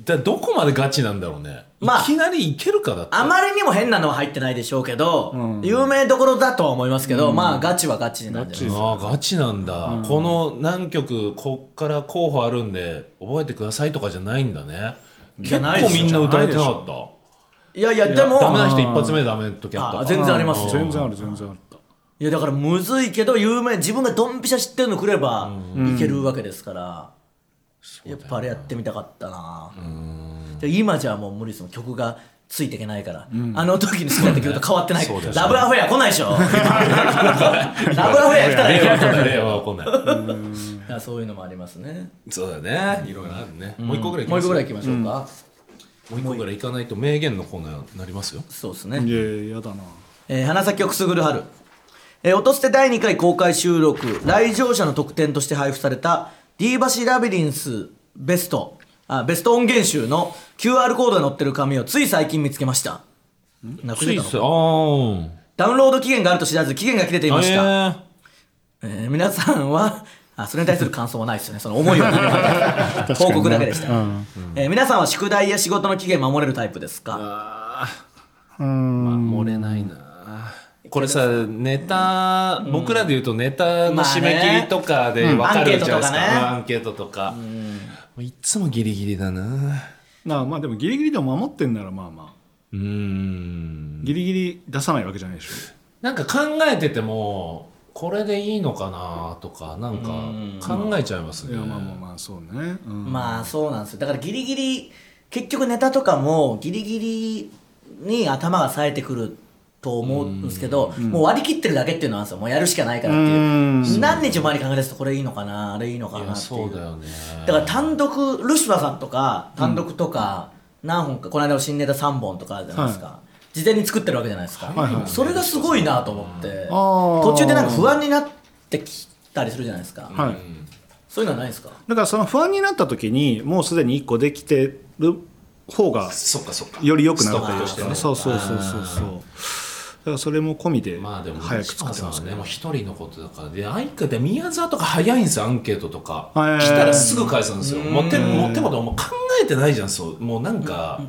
だどこまでガチなんだろうね、まあいきなりいけるかだってあまりにも変なのは入ってないでしょうけど、有名どころだとは思いますけど、まあガチはガチなんじゃないですかあーガチなんだ、この何曲こっから候補あるんで覚えてくださいとかじゃないんだねじゃ結ないで構すよみんな歌えてなかったいやいやでもダメな人一発目ダメな時あったあ全然ありますよ全然ある全然あるいやだからむずいけど有名自分がドンピシャ知ってるの来ればいけるわけですから、やっぱあれやってみたかったな、で今じゃもう無理ですもん曲がついていけないから、あの時に好きだった曲と変わってない、そうだよねラブラフェア来ないでし (laughs) ょラブラフェア来たらい令け和ないは来ない令和は来ないだからそういうのもありますねそうだねいろいろあるね、もう一個ぐらい行きまもう一す個ぐらい行きましょうか、もう一個ぐらい行かないと名言のコーナーになりますよそうですね、いやいややだなえー花咲をくすぐる春、えー、音捨て第2回公開収録来場者の特典として配布された D 橋ラビリンスベストあベスト音源集の QR コードが載ってる紙をつい最近見つけましたなくつしていたっのすあーダウンロード期限があると知らず期限が切れていました、あーえー皆さんはあそれに対する感想はないですよねその思いを (laughs) 報告だけでした、えー皆さんは宿題や仕事の期限守れるタイプですか守れないなこれさ、ネタ、僕らで言うとネタの締め切りとかで分かるじゃないですか。まあねうんアンケートとか。もういつもギリギリだな。なあまあでもギリギリでも守ってんならまあまあうーん。ギリギリ出さないわけじゃないでしょなんか考えてても、これでいいのかなとか、なんか考えちゃいますいね。やまあまあまあそうね、うんまあそうなんですよだからギリギリ結局ネタとかもギリギリに頭が冴えてくると思うんですけど、もう割り切ってるだけっていうのはあるんですよもうやるしかないからっていう、うん何日も前に考え出すとこれいいのかなあれいいのかいなやっていそううだよね。だから単独ルシファーさんとか単独とか何本か、この間の新ネタ3本とかあるじゃないですか、事前に作ってるわけじゃないですか、いはいそれがすごいなと思ってあー途中でなんか不安になってきたりするじゃないですか、はいそういうのはないですかだからその不安になった時にもうすでに1個できてる方がそっかそっか。より良くなるとストッいクうとかしてね。そうそうそうそうそうだからそれも込みでまあでも、早く作ってますね。けでど、も一人のことだから。で、アイクで宮沢とか早いんですよ、アンケートとか。へー来たらすぐ返すんですよ。もうて、もうてこともう考えてないじゃん、そう。もうなんか、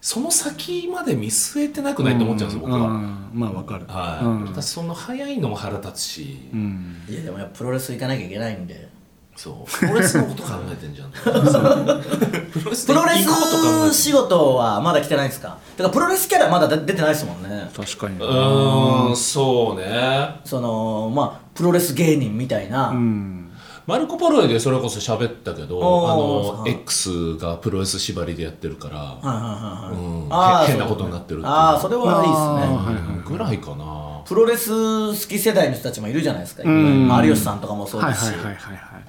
その先まで見据えてなくないと思っちゃうんですよ、僕うは。んまあわかる、はい。うんだからその早いのも腹立つし、うんいやでもやっぱプロレス行かなきゃいけないんでそう。プロレスのこと考えてんじゃん。プロレスプでロレ行くこと考えスて仕ん事はまだ来てないんですかだからプロレスキャラまだ出出てないですもんね確かにうーん、そうね。そのまあプロレス芸人みたいな、うんマルコ・ポロイでそれこそ喋ったけど、おーあの、はい X がプロレス縛りでやってるから、はいはいはいはいうんあー変なことになってるっていうああそれはいいですねはいはいぐらいかな。プロレス好き世代の人たちもいるじゃないですか、んまあ有吉さんとかもそうはいですはし、いはいはいはい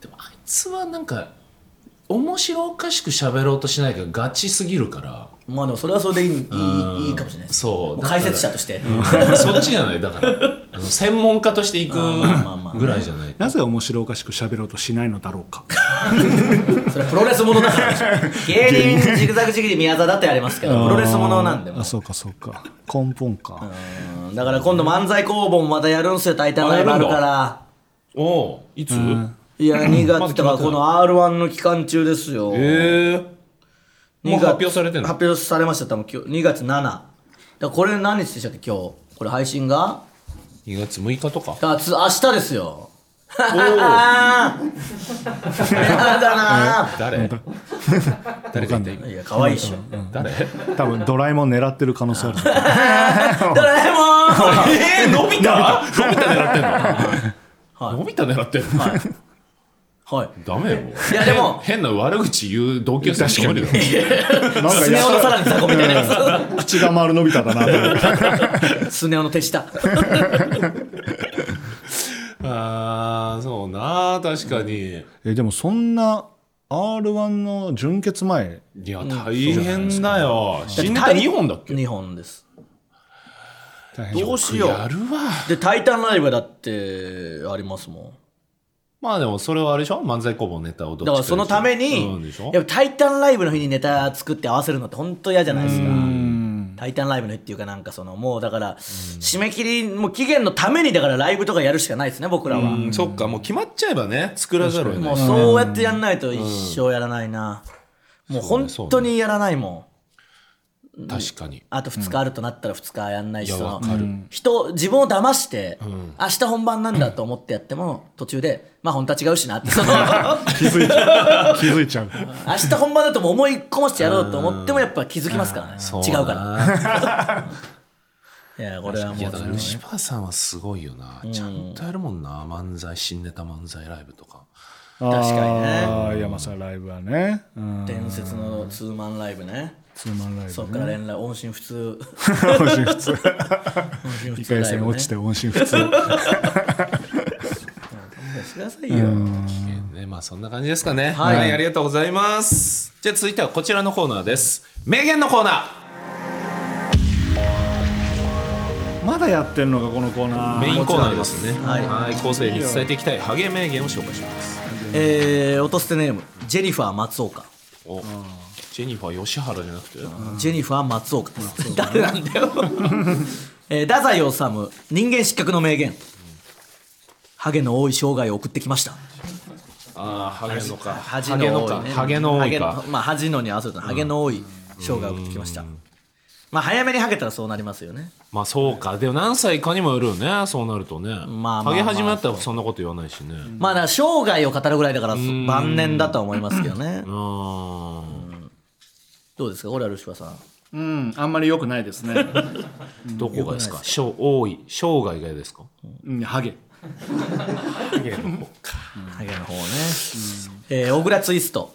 でもあいつはなんか、面白おかしく喋ろうとしないからガチすぎる (laughs) から。まあでもそれはそれでいいいいうんいいかもしれないですそうもだから解説者として、そっちじゃないだ (laughs) から。あの専門家としていくあまあぐらいじゃない。なぜ面白おかしく喋ろうとしないのだろうかそれはプロレスものだから (laughs) でしょ芸人ジグザグジグで宮沢だってありますけどプロレスものなんでもあそうかそうか根本かうんだから今度漫才工房もまたやるんすよ「タイタンライブ」あるからおおういついや2月まだとか決まってないこの r 1の期間中ですよ、ええもう二発月表されてんの発表されました多分今日2月7だからこれ何日でしたっけ今日これ配信が ?2 月6日と (laughs) か。がつ明日ですよおおあーやだな誰 (laughs) 誰が言っーたいや可愛いっしょ誰多分ドラえもん狙ってる可能性あるドラえもん (laughs) えー、伸びた伸びた狙ってんの、 (laughs) 伸びた狙ってんの、 (laughs) はいダメよ。いやでも変変な悪口言う同級生に止まるよ。なんかスネ夫のさらに雑魚みたいなや口が丸伸びただな (laughs) つスネ夫の手下あー、そうな確かに。えでもそんな r 1の準決前いや、大変だよ。新ネタ2本だっけ2本です大変どうしよやうるわ。で「タイタンライブ」だってありますもまあでも、それはあれでしょ漫才工房ネタをどんっちだからそのためうんにでしょやっぱ「タイタンライブ」の日にネタ作って合わせるのって本当嫌じゃないですか「タイタンライブ」の日っていうかなんかそのもうだから締め切りもう期限のためにだからライブとかやるしかないですね僕らはうんそっか、もう決まっちゃえばね、作らざるを得なもいうし。そうやってやんないと一生やらないな、もう本当にやらないもん、確かに。あと2日あるとなったら2日やんないし、いやそのわかる人自分を騙して、明日本番なんだと思ってやっても途中でまあ本当は違うしなっ (laughs) てその気づいちゃう気づいちゃう明日本番だとも思い込ませてやろうと思ってもやっぱ気づきますからね違うからら。いやこれはもいやうだから牛パさんはすごいよな、ちゃんとやるもんな漫才新ネタ漫才ライブとか確かにねにね山さんライブはねうん伝説のツーマンライブねツーマンライそっブから連絡音信不通音信不 (laughs) 通音信不一通ラ回イブ、ね、戦落ちて音信不通してくださいよ、ねまあそんな感じですかねは、はいいありがとうございますじゃあ続いてはこちらのコーナーです名言のコーナまだやってんのかこのコーナーメーインコーナーですねははいい後世に伝えていきたいハゲ名言を紹介しますえー、落とすてネームジェニファー松岡おジェニファー吉原じゃなくてジェニファー松岡です。誰なんだよ。えー、太宰治、人間失格の名言。ハゲの多い生涯を送ってきました。ああハゲのかハハゲのかハゲの多いかまあ、恥のに合わせると、ハゲの多い生涯を送ってきました。まあ早めにはけたらそうなりますよねまあそうかでも何歳かにもよるよねそうなるとねまあまあハゲ始まったらそんなこと言わないしねまあだから生涯を語るぐらいだから晩年だとは思いますけどねうーんどうですかオラルシファさんうん、あんまり良くないですね。 (laughs) どこがですか小多い生涯がですかうん、ハゲ。ハゲの方ね、えー小倉ツイスト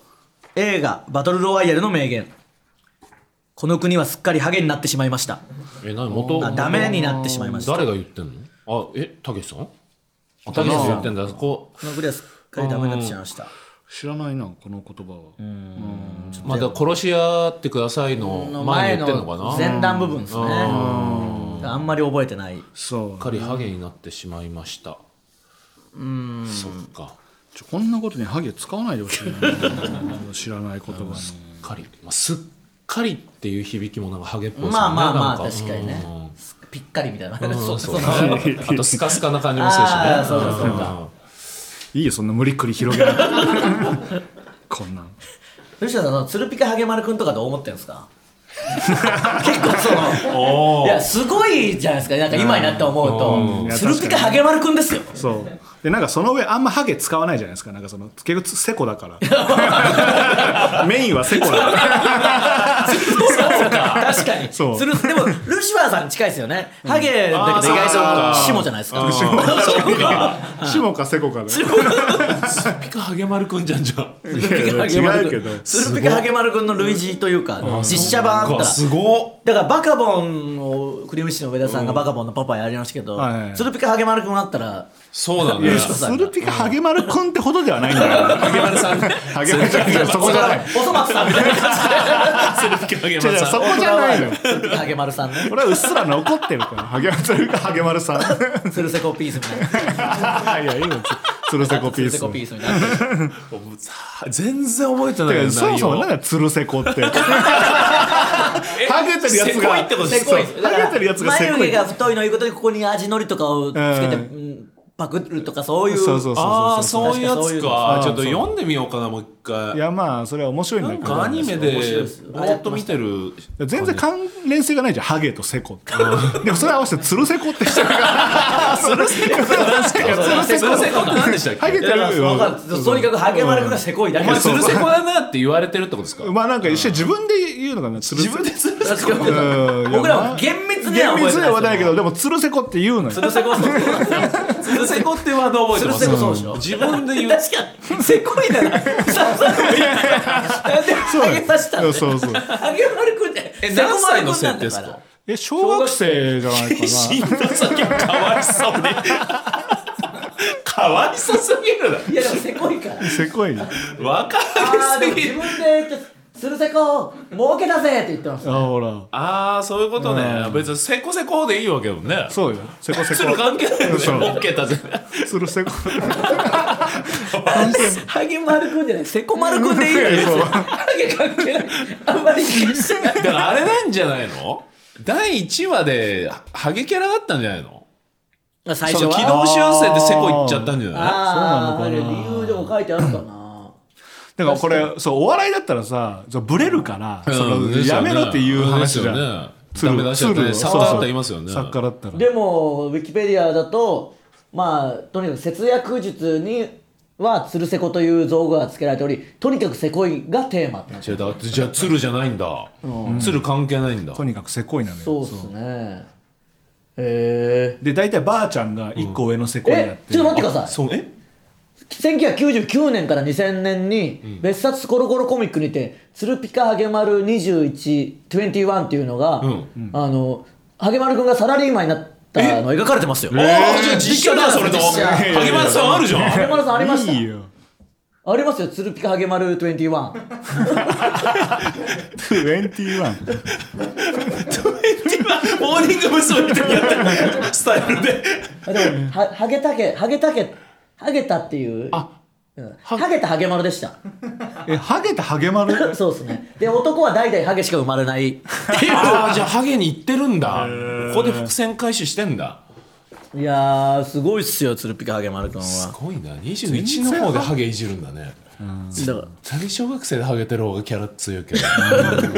映画「バトルロワイヤル」の名言この国はすっかりハゲになってしまいましたえ何元あダメになってしまいました誰が言ってんのあえたけしさんあたけしさん言ってんだここの国はすっかりダメになってしまいました知らないな、この言葉は。うまだ殺し合ってくださいの前に言ってんのかなすっ前段部分ですねあんまり覚えてないそうかりハゲになってしまいましたうんそっかちょこんなことにハゲ使わないでほしいな (laughs) 知らない言葉にすっかり、まあ、すっかりっていう響きもなんかハゲっぽいですよねまあまあまあなん確かにねぴったりみたいなうんそそうう (laughs) そそううあとスカスカな感じもするしねあーそうだそうだいいよそんな無理っくり広げなくて (laughs) こんなん吉田さんその鶴ピカハゲ丸くんとかどう思ってるんですか (laughs) 結構そのおいーやすごいじゃないですかなんか今になって思ううんと鶴ピカハゲ丸くんですよそうでなんかその上あんまハゲ使わないじゃないですかなんかその結局セコだか (laughs) らメインはセコだからそうか確かにそうそれでもルシファーさん近いですよねハゲだけど意あーそう外かと下じゃないですか下 (laughs) シモかセコかで、スピカハゲ丸くんじゃんじゃんいやいや違うけど鶴ピカハゲ丸くんの類似というか実写版あったらすごだからバカボンをクリームシチューの上田さんがバカボンのパパやりましたけど、はいはいはいツルピカハゲマル君あったらそうだいねやそうスルピカハゲマルくんってほどではないんだよハゲ丸さんねハゲマルじゃないそこじゃないお (laughs) そ松さんみたいな感スピカハゲ違う違丸うさそんこじじゃないのツルピカハゲマルさんね俺はうっすら残ってるからハゲマルハゲマルさんいツルセコピースみたいなやいいよつるセコツピールスセコピースみたいな全然覚えてないてよかそもそもなん内容かつるせこってハゲてるやつせがこいってことセコいですそうハゲてるやつがせ眉こい毛が太いのいうことでここに味のりとかをつけて、ううんパクるとかそういうそうそうそうああそういうやつか確かちそょうっというやつ読んでみようかなもう一い回やまあそれは面白いんだなけんどかアニメで面白いですよぼーっと見てる全然関連性がないじゃんハゲとセコってでもそれ合わせてつるせこって人がつるせこ確かに鶴瀬子って何でしたっけハゲていやだるからわよかんないとにかくハゲマル君がセコいだおけで前す鶴瀬子だなって言われてるってことですかまあなんか一緒に自分で言うのかなつるせ自こ分で鶴瀬確かにうん僕らは厳密には厳覚え密てになは言わないいけどでもつるせこって言うのよツルセコそうそう子鶴瀬子ってワード覚えてます鶴瀬子そうでしょ自分で言う確かにせこいだなさっさと言ってなんでハゲさしたんだよそうそうハゲ丸くんってえセコ何丸歳のくんな設ん定でだかすらかえ小学生じゃないかな死んだ先かわいそうでかわいそうすぎるいやでもせこいからせこいねな若あーですもぎる自分でつるせこ儲けたぜって言ってますあほらああそういうことね別にせこせこでいいわけだもんねそうよせ (laughs) こせ鶴こ関係ないよねそうボケたぜつるせこハゲ丸くんじゃないせこ丸くんでいいよそうハゲ関係ないあんま (laughs) り気にしてないだからあれなんじゃないの第1話でハゲキャラだったんじゃないの最その軌道修正でせこいっちゃったんじゃないああー理由でも書いてあるかなだからこれそうお笑いだったらさそうブレるから、うんそのですやよねめろっていう話じゃん、ですよね鶴ダメ出しだった鶴ねを作家だったら言いますよね作家だったらでもウィキペディアだとまあとにかく節約術にはつるせこという造語が付けられておりとにかくせこいがテーマってなっちゃ違うだってじゃあ鶴じゃないんだ鶴関係ないんだとにかくせこいなのうよそうっすねへえで大体ばあちゃんが一個上のせこいやっえてちる、ょっと待ってくださいそうえ1999年から2000年に別冊コロコロコミックにて「つるぴかはげまる2121」っていうのが、んあのはげまるくんがサラリーマンになったのが描かれてますよああじゃあ実写だそれと実写励まさんあるじ (laughs) ゃんはげまるさんありましたいいよ (laughs) ありますよ、つるぴかはげまる21。モーニン21グ娘。みたいにやってるスタイルであでも、ははげたけ、はげたけ、はげたっていう、あうんはげたはげまるでした。えハゲたハゲ丸そうですね。で、男は代々ハゲしか生まれないっていああじゃあハゲに行ってるんだここで伏線回収してんだう。いやー、すごいっすよ、つるぴかはげまるくんすは。ごいな21の方でハゲいじるんだねだから大小学生でハゲてる方がキャラ強いけど本当だよ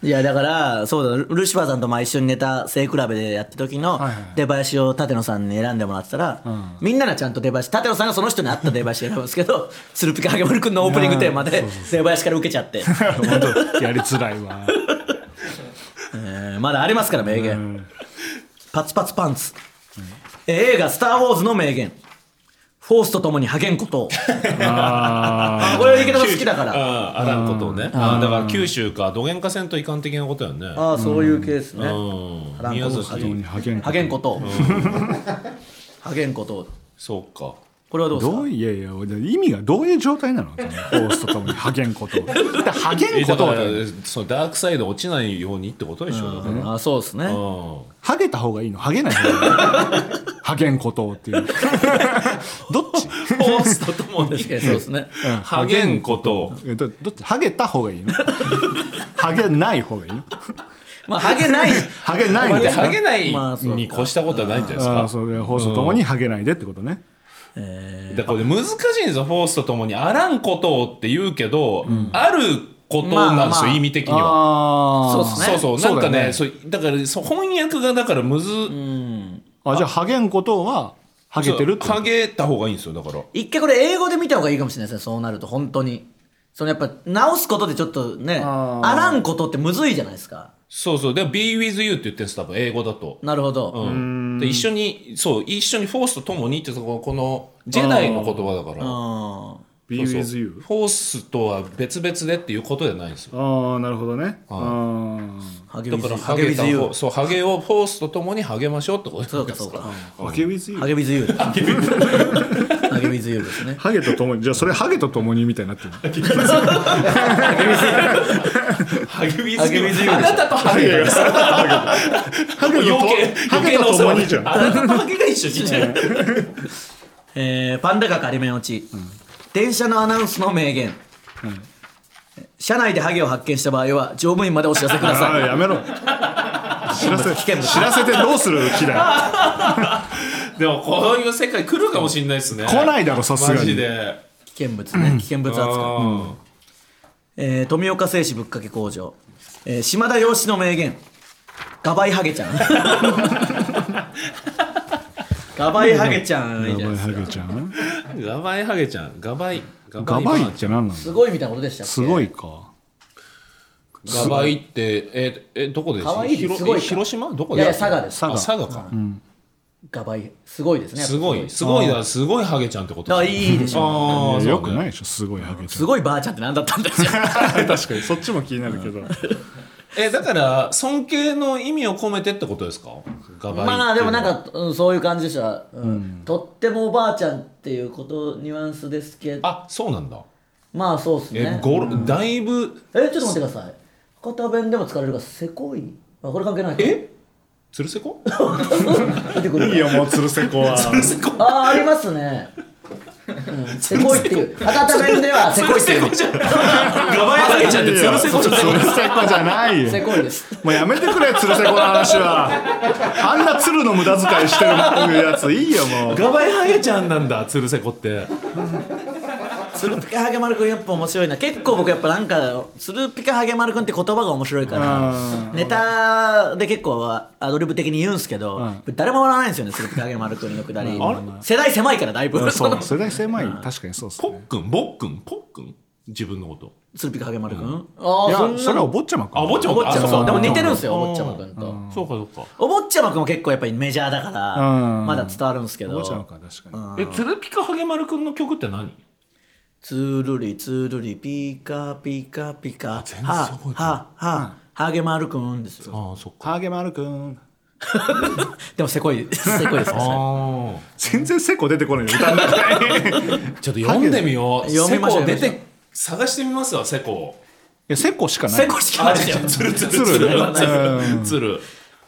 いやだからそうだルルシファーさんとまあ一緒にネタ背比べでやった時はのいはい出囃子を舘野さんに選んでもらってたら、みんながちゃんと出囃子舘野さんがその人に合った出囃子選ぶんですけど「つるぴかはげもりくん」のオープニングテーマで出囃子から受けちゃって、 (laughs) 本当やりづらいわ。えーまだありますから名言、パツパツパンツ、映画「スター・ウォーズ」の名言フォースと共に励んことをあこれ池田さん好きだからあああらんことをねあーだから九州かどげんかせんといかん的なことやねああそういうケースね、うんあ宮らんこと崎ー励む励んこと励んことそうかこれはどうですかどういやいや意味がどういう状 (laughs) 態なのそのホースとともに励むことをだから励えむだこかとをらそのダークサイド落ちないようにってことでしょだからあそうですねうハゲた方がいいのハゲない方がいいの励むことをっ (laughs) ていうどっちんホースとともに確かにそうですね励んことえどどっちハゲた方が (laughs) いいのハゲない方がいいのまあハゲないハゲないんでですかハゲないまあそうかに越したことはないんじゃないですあかあそれホースとともにハゲないでってことねだからこれ難しいんですよ、フォースとともに。あらんことをって言うけど、あることなんですよ、まあまあ意味的には。あそうっあすねそうそう、そなうんかね、そそうだからそう翻訳がだからむず、あじゃあ励むことはハゲてるってことハゲた方がいいんですよ、だから。一回これ英語で見た方がいいかもしれないですねそうなると本当にそのやっぱ直すことでちょっとねああーらんことってむずいじゃないですかそうそう、でも be with you って言ってるんです、多分、英語だと。なるほど、うん、で一緒に、そう、一緒にフォースとともにって、そここの、ジェダイの言葉だから。あ Be そう with そう you フォースとは別々でっていうことじゃないんですよ。ああなるほどねああハゲだビかズら、ハハゲビゲズたユ方、ーそう、ハゲをフォースとともに励ましょうってことそうかそうかハゲ with you ハゲビズユーハゲビズユーですねハゲとともにじゃあそれハゲとともにみたいになってるハゲビズ (laughs) ハゲビズユーあでしょなたとハゲが一緒。ハゲと余計ハゲ余計となおと世も話にじゃんあなたとハゲが一緒にじゃん。 (laughs) えーパンダが仮面落ち、電車のアナウンスの名言、車内でハゲを発見した場合は乗務員までお知らせくだああさいやめろ (laughs) 知らせ危険物知らせてどうする気だよでもこういう世界来るかもしれないですね。来ないだろさすがにマジで。危険物 (laughs) ね危険物あ扱いーえー富岡製紙ぶっかけ工場、えー島田洋子の名言「ガバイハゲ (laughs) ちゃん」ガバイハゲちゃんいいじやゃなばいいですハかゲちゃんガバイハゲちゃん。ガバイ。ガガバイって何なのすごいみたいなことでしたっけすごいかガバイって、えー、えー、どこですかわいい広すごいか広島どこいやいや佐賀ですあ佐賀か。ガバイすごいですねすごい。すごいだ。すごいハゲちゃんってことあいいでしょょ。ああ、よくい。ないでしょすごいハゲちすごいばあちゃんって何だったんですよ (laughs) ゃん (laughs) 確かにそっちも気になるけどえ、だから、尊敬の意味を込めてってことですかガバイ。まあでもなんか、うんそういう感じでした、うんとってもおばあちゃんっていうことニュアンスですけどあ、そうなんだ。まあそうですえ、ねごろだいぶ、えちょっと待ってください博多弁でも使われるがせこいあこれ関係ないえつるせこ出てくるいいよもうつるせこはああありますね。うん、せこいっていう博多弁ではせこいっていうガバイハゲちゃんってつるせこじゃないつるせこじゃないよせこいですもうやめてくれつるせこの話はあんなつるの無駄遣いしてるやついいよもうガバイハゲちゃんなんだ、つるせこって。つるぴかはげまるくんやっぱ面白いな結構僕やっぱなんかつるぴかはげまるくんって言葉が面白いからネタで結構アドリブ的に言うんすけど、誰も笑わないんですよねつるぴかはげまるくんのくだり、世代狭いからだいぶ、そそのう世代狭い確かにそうっすぽねっくん、ぼっくん、ぽっくん自分のこと。つるぴかはげまるくん、いああそんやなそれはお坊ちゃまかあ、ぼっちゃおま坊ちゃまそうでも似てるんすすよお坊ちゃまくんと、そうか、そうか。お坊ちゃまくんも結構やっぱりメジャーだから、うんまだ伝わるんですけどお坊ちゃまか確かえ、つるぴかはげまるくんの曲って何つるりつるりピカピカピカ然覚えてないははハゲマルくんですよああ、そっに。ハーゲマルくんでもせこい (laughs) せこいですねそれあ全然セコ出て (laughs) こないよ歌の中にいあ。ちょっと読んでみよう。読みましょセコう出読みて、探してみますわ、セコを。やセコしかないせこしかないですよつるつるつるつるうんつるつる。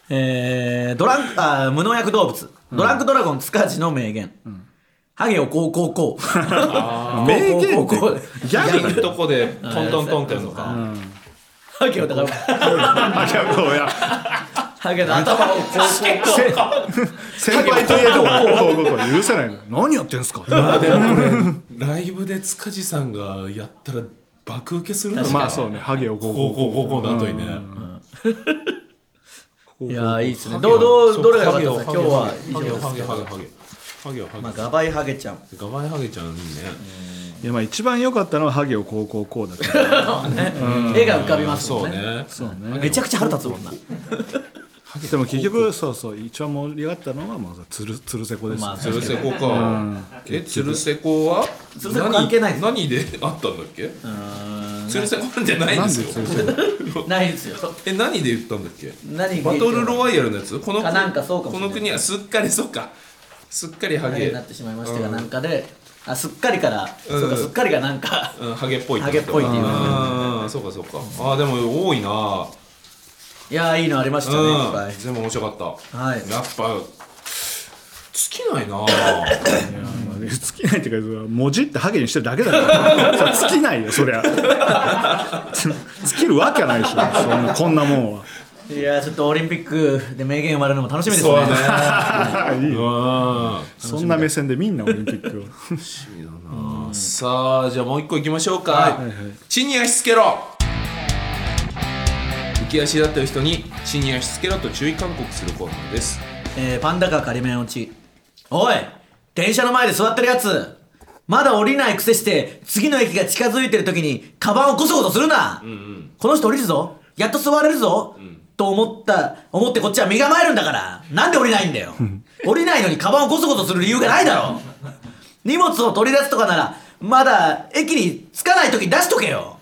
えードランあー無農薬動物ドラッグドラゴン塚地の名言ハゲをこうこ (laughs) うこう名言ってこうこうこうギャグのとこでトントントンってやるのか。ハゲをだからあいやこういやハゲの頭をこうこうこせ先輩といえどこうこうこうこう許せないの何やってんすかライブで塚地さんがやったら爆受けするの確かにまあそうねハゲをこう高こ校高校の後にね、いやーいいですねどうどうどれが良かったですか今日は以上ハゲでをすハゲけをハゲをどハゲをハゲをハゲをまあハゲガバイハゲちゃんをガバイハゲちゃんいいねいやまあ一番良かったのはハゲをこうこうこうだけど絵が浮かびますもそうんねねそうねめちゃくちゃ腹立つもんなでも結局そうそう一番盛り上がったのはまあつるつるせこですね、まあ鶴瀬子かえ鶴瀬子は鶴瀬子関係ないです何何であったんだっけ鶴瀬子なんてないんなんでですつよるせこないですよえ何で言ったんだっけ何バトルロワワイヤルのやつこのかなんかそうかもこしれないの国はすっかりそっかすっかりハハゲゲになってしまいましたがなんかであすっかりからうんそうかすっかりがなんかうんハゲっぽいハゲっぽいっていうああそうかそうかああでも多いないやーいいのありましたねいっぱういん全部面白かったはいやっぱ尽きない (laughs) なぁ (laughs) まあね尽きないっていうかそれは文字ってハゲにしてるだけだからそれは尽きないよそりゃ (laughs) 尽きるわけないでしょそんなこんなもんはいやーちょっとオリンピックで名言生まれるのも楽しみですねそうね (laughs) いいようんそんな目線でみんなオリンピックをさあじゃあもう一個いきましょうか、地に足つけろ浮き足だった人に地に足つけろと注意勧告するコーナーですえーパンダカー仮面落ちおい電車の前で座ってるやつまだ降りないくせして次の駅が近づいてる時にカバンをこそこそするな、この人降りるぞやっと座れるぞ、と思った思ってこっちは身構えるんだからなんで降りないんだよ降りないのにカバンをこそこそする理由がないだろ荷物を取り出すとかならまだ駅に着かない時に出しとけよ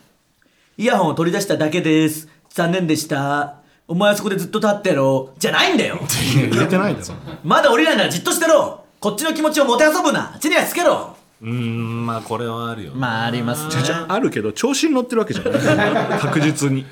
イヤホンを取り出しただけです残念でしたお前はそこでずっと立ってろじゃないんだよ言えてないだろまだ降りないならじっとしてろこっちの気持ちをもてあそぶな地にはつけろうーんまあこれはあるよまあありますねあるけど調子に乗ってるわけじゃ (laughs) ない確実に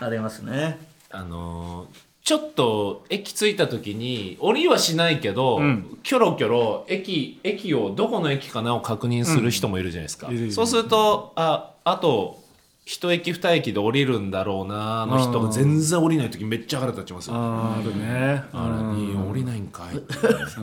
ありますねあのーちょっと駅着いた時に降りはしないけど、キョロキョロ駅駅をどこの駅かなを確認する人もいるじゃないですか、いるいるそうするとああと一駅二駅で降りるんだろうなの人が全然降りない時めっちゃ腹立ちますよあるねあらに降りないんかいそ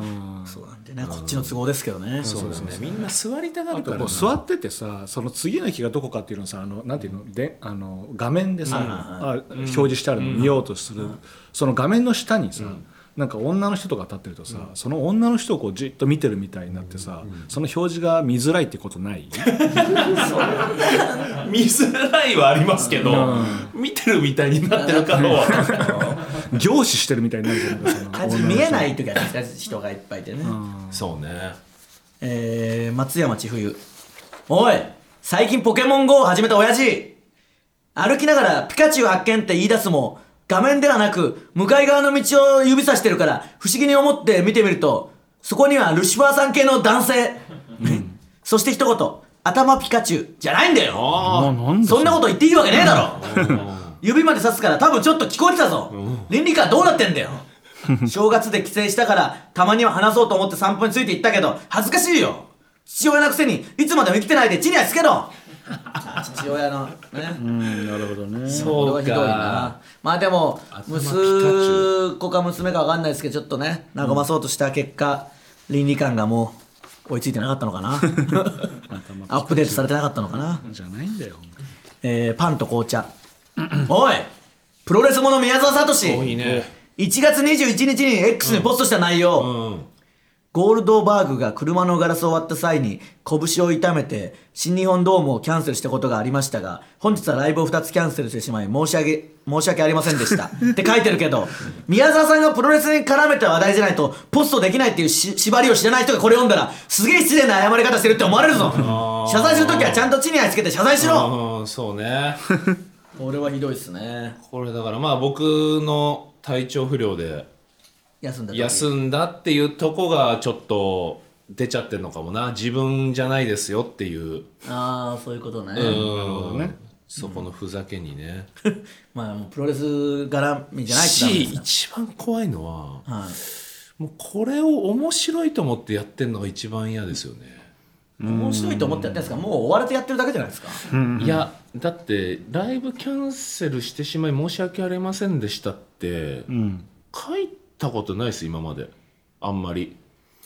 うなんでねこっちの都合ですけどねそうですね。みんな座りたがあるとからこう座っててさその次の日がどこかっていうのをさあのなんていうのであの画面でさ、あ表示してあるの見ようとする、その画面の下にさ、なんか女の人とか立ってるとさ、その女の人をこうじっと見てるみたいになってさ、その表示が見づらいってことない (laughs) 見づらいはありますけど、見てるみたいになってるからは。凝視してるみたいになるじゃないあいつ見えない時はないですか人がいっぱいいてね、そうね。えー、松山千冬おい最近ポケモン GO を始めた親父歩きながらピカチュウ発見って言い出すも画面ではなく向かい側の道を指さしてるから不思議に思って見てみるとそこにはルシファーさん系の男性、 (laughs) そして一言頭ピカチュウじゃないんだよあなんそんなこと言っていいわけねえだろ指まで刺すから多分ちょっと聞こえてたぞ倫理観どうなってんだよ正月で帰省したからたまには話そうと思って散歩について行ったけど恥ずかしいよ父親のくせにいつまでも生きてないで地にはつけろあ父親のねなるほどねそうかこれはひどいなまあでも頭ピカチュ息子か娘か分かんないですけどちょっとね和まそうとした結果、倫理観がもう追いついてなかったの (laughs) かなアップデートされてなかったのかな、じゃないんだよえーパンと紅茶おいプロレスもの宮沢聡多いね。 1月21日に X にポストした内容、うん。ゴールドバーグが車のガラスを割った際に拳を痛めて新日本ドームをキャンセルしたことがありましたが本日はライブを2つキャンセルしてしまい申し訳申し訳ありませんでしたって書いてるけど (laughs) 宮沢さんがプロレスに絡めた話題じゃないとポストできないっていうし縛りを知らない人がこれ読んだらすげえ失礼な謝り方してるって思われるぞ謝罪するときはちゃんと地に足つけて謝罪しろうん、そうね。これはひどいですねこれだからまあ僕の体調不良で休んだ時休んだっていうとこがちょっと出ちゃってるのかもな。自分じゃないですよっていう。ああそういうことね、うん。ねそこのふざけにね。 (laughs) まあもうプロレス絡みじゃないとダメし、ですね一番怖いのは、はいもうこれを面白いと思ってやってんのが一番嫌ですよね。面白いと思ってやってるんですかもう追われてやってるだけじゃないですかいやだってライブキャンセルしてしまい申し訳ありませんでしたって、書いたことないです今まであんまり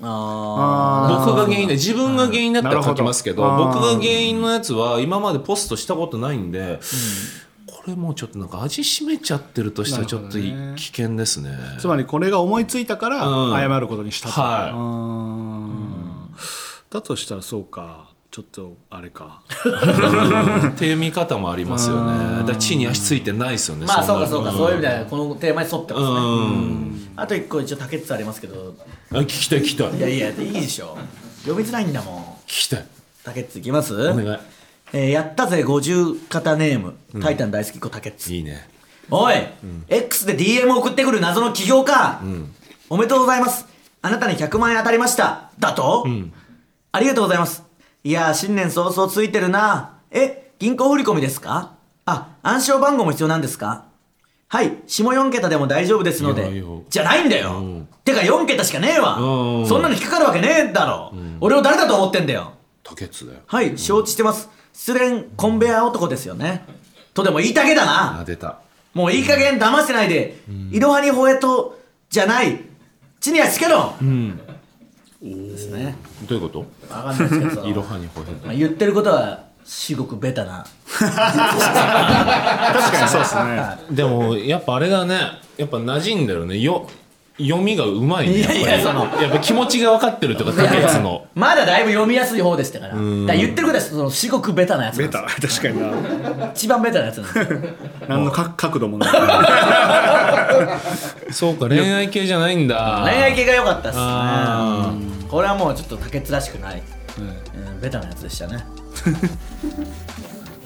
あ僕が原因で自分が原因だったら書きますけどなるほど僕が原因のやつは今までポストしたことないんで、これもうちょっとなんか味しめちゃってるとしたらちょっといなるほどね危険ですねつまりこれが思いついたからうん謝ることにしたと、はいうんだとしたらそうかちょっとあれかっていう見方もありますよねだから地に足ついてないですよねまあそんうなかそうか、そういう意味ではこのテーマに沿ってますね、うんあと一個一応竹つありますけどあ聞きたい聞きたいいやいやいいでしょ読みづらいんだもん聞きたい竹っついきますお願えーやったぜ50型ネーム、タイタン大好きっ子竹っついいいねおい、X で DM 送ってくる謎の起業家、おめでとうございますあなたに100万円当たりましただと、ありがとうございますいやー新年早々ついてるなえ銀行振り込みですかあ暗証番号も必要なんですかはい下4桁でも大丈夫ですのでいやいやじゃないんだよ、んてか4桁しかねえわ、うんそんなの引っかかるわけねえだろ、俺を誰だと思ってんだよ竹内だよはい承知してます失恋コンベア男ですよねとでも言いたげだな、あ出たもういい加減騙してないで、いろはにほえとじゃない、地にはしけろ、ですね。どういうことわかんないですけど、 (laughs) そいろのはにほへまあ、言ってることは、至極ベタな。確かにそうですねでもやっぱあれだねやっぱ馴染んだよねよ読みがうまいねやっぱりいやいやそのやっぱ気持ちが分かってるとか竹内のまだだいぶ読みやすい方でしたから。だから言ってることは、その至極ベタなやつなんベですタよ。確かにな一番ベタなやつなんです (laughs) よ。何の角角度もないそうか恋愛系じゃないんだ恋愛系が良かったっすあねうん。これはもうちょっと竹津らしくない、うんベタなやつでしたね。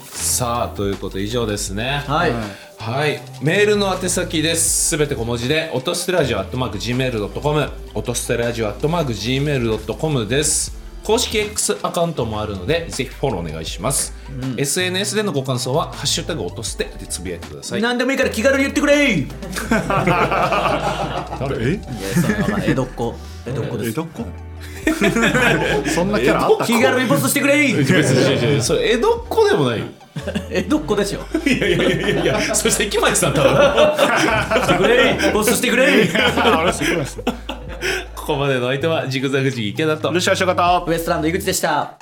さあということで以上ですねはい。はい、メールの宛先です。すべて小文字で、音捨てラジオアットマーク Gmail.com、音捨てラジオアットマーク Gmail.com です。公式 X アカウントもあるので、ぜひフォローお願いします。SNS でのご感想は、ハッシュタグ音捨てでつぶやいてくださ (laughs) い。何でもいいから気軽に言ってくれいや、あれえそれはまあ江戸っ子。江戸っ子です江。戸っ (laughs) 子そんなキャラあった気軽にポストしてく (laughs) れい別に違う違うそれ江戸っ子でもないよ。江戸っ子でしょ。いやいやいやいやいや、そして池町さん多分。してくれボスしてくれ (laughs) あれすごいですここまでのお相手は、ジグザグジギ池田とル。シア仕方ウエストランド井口でした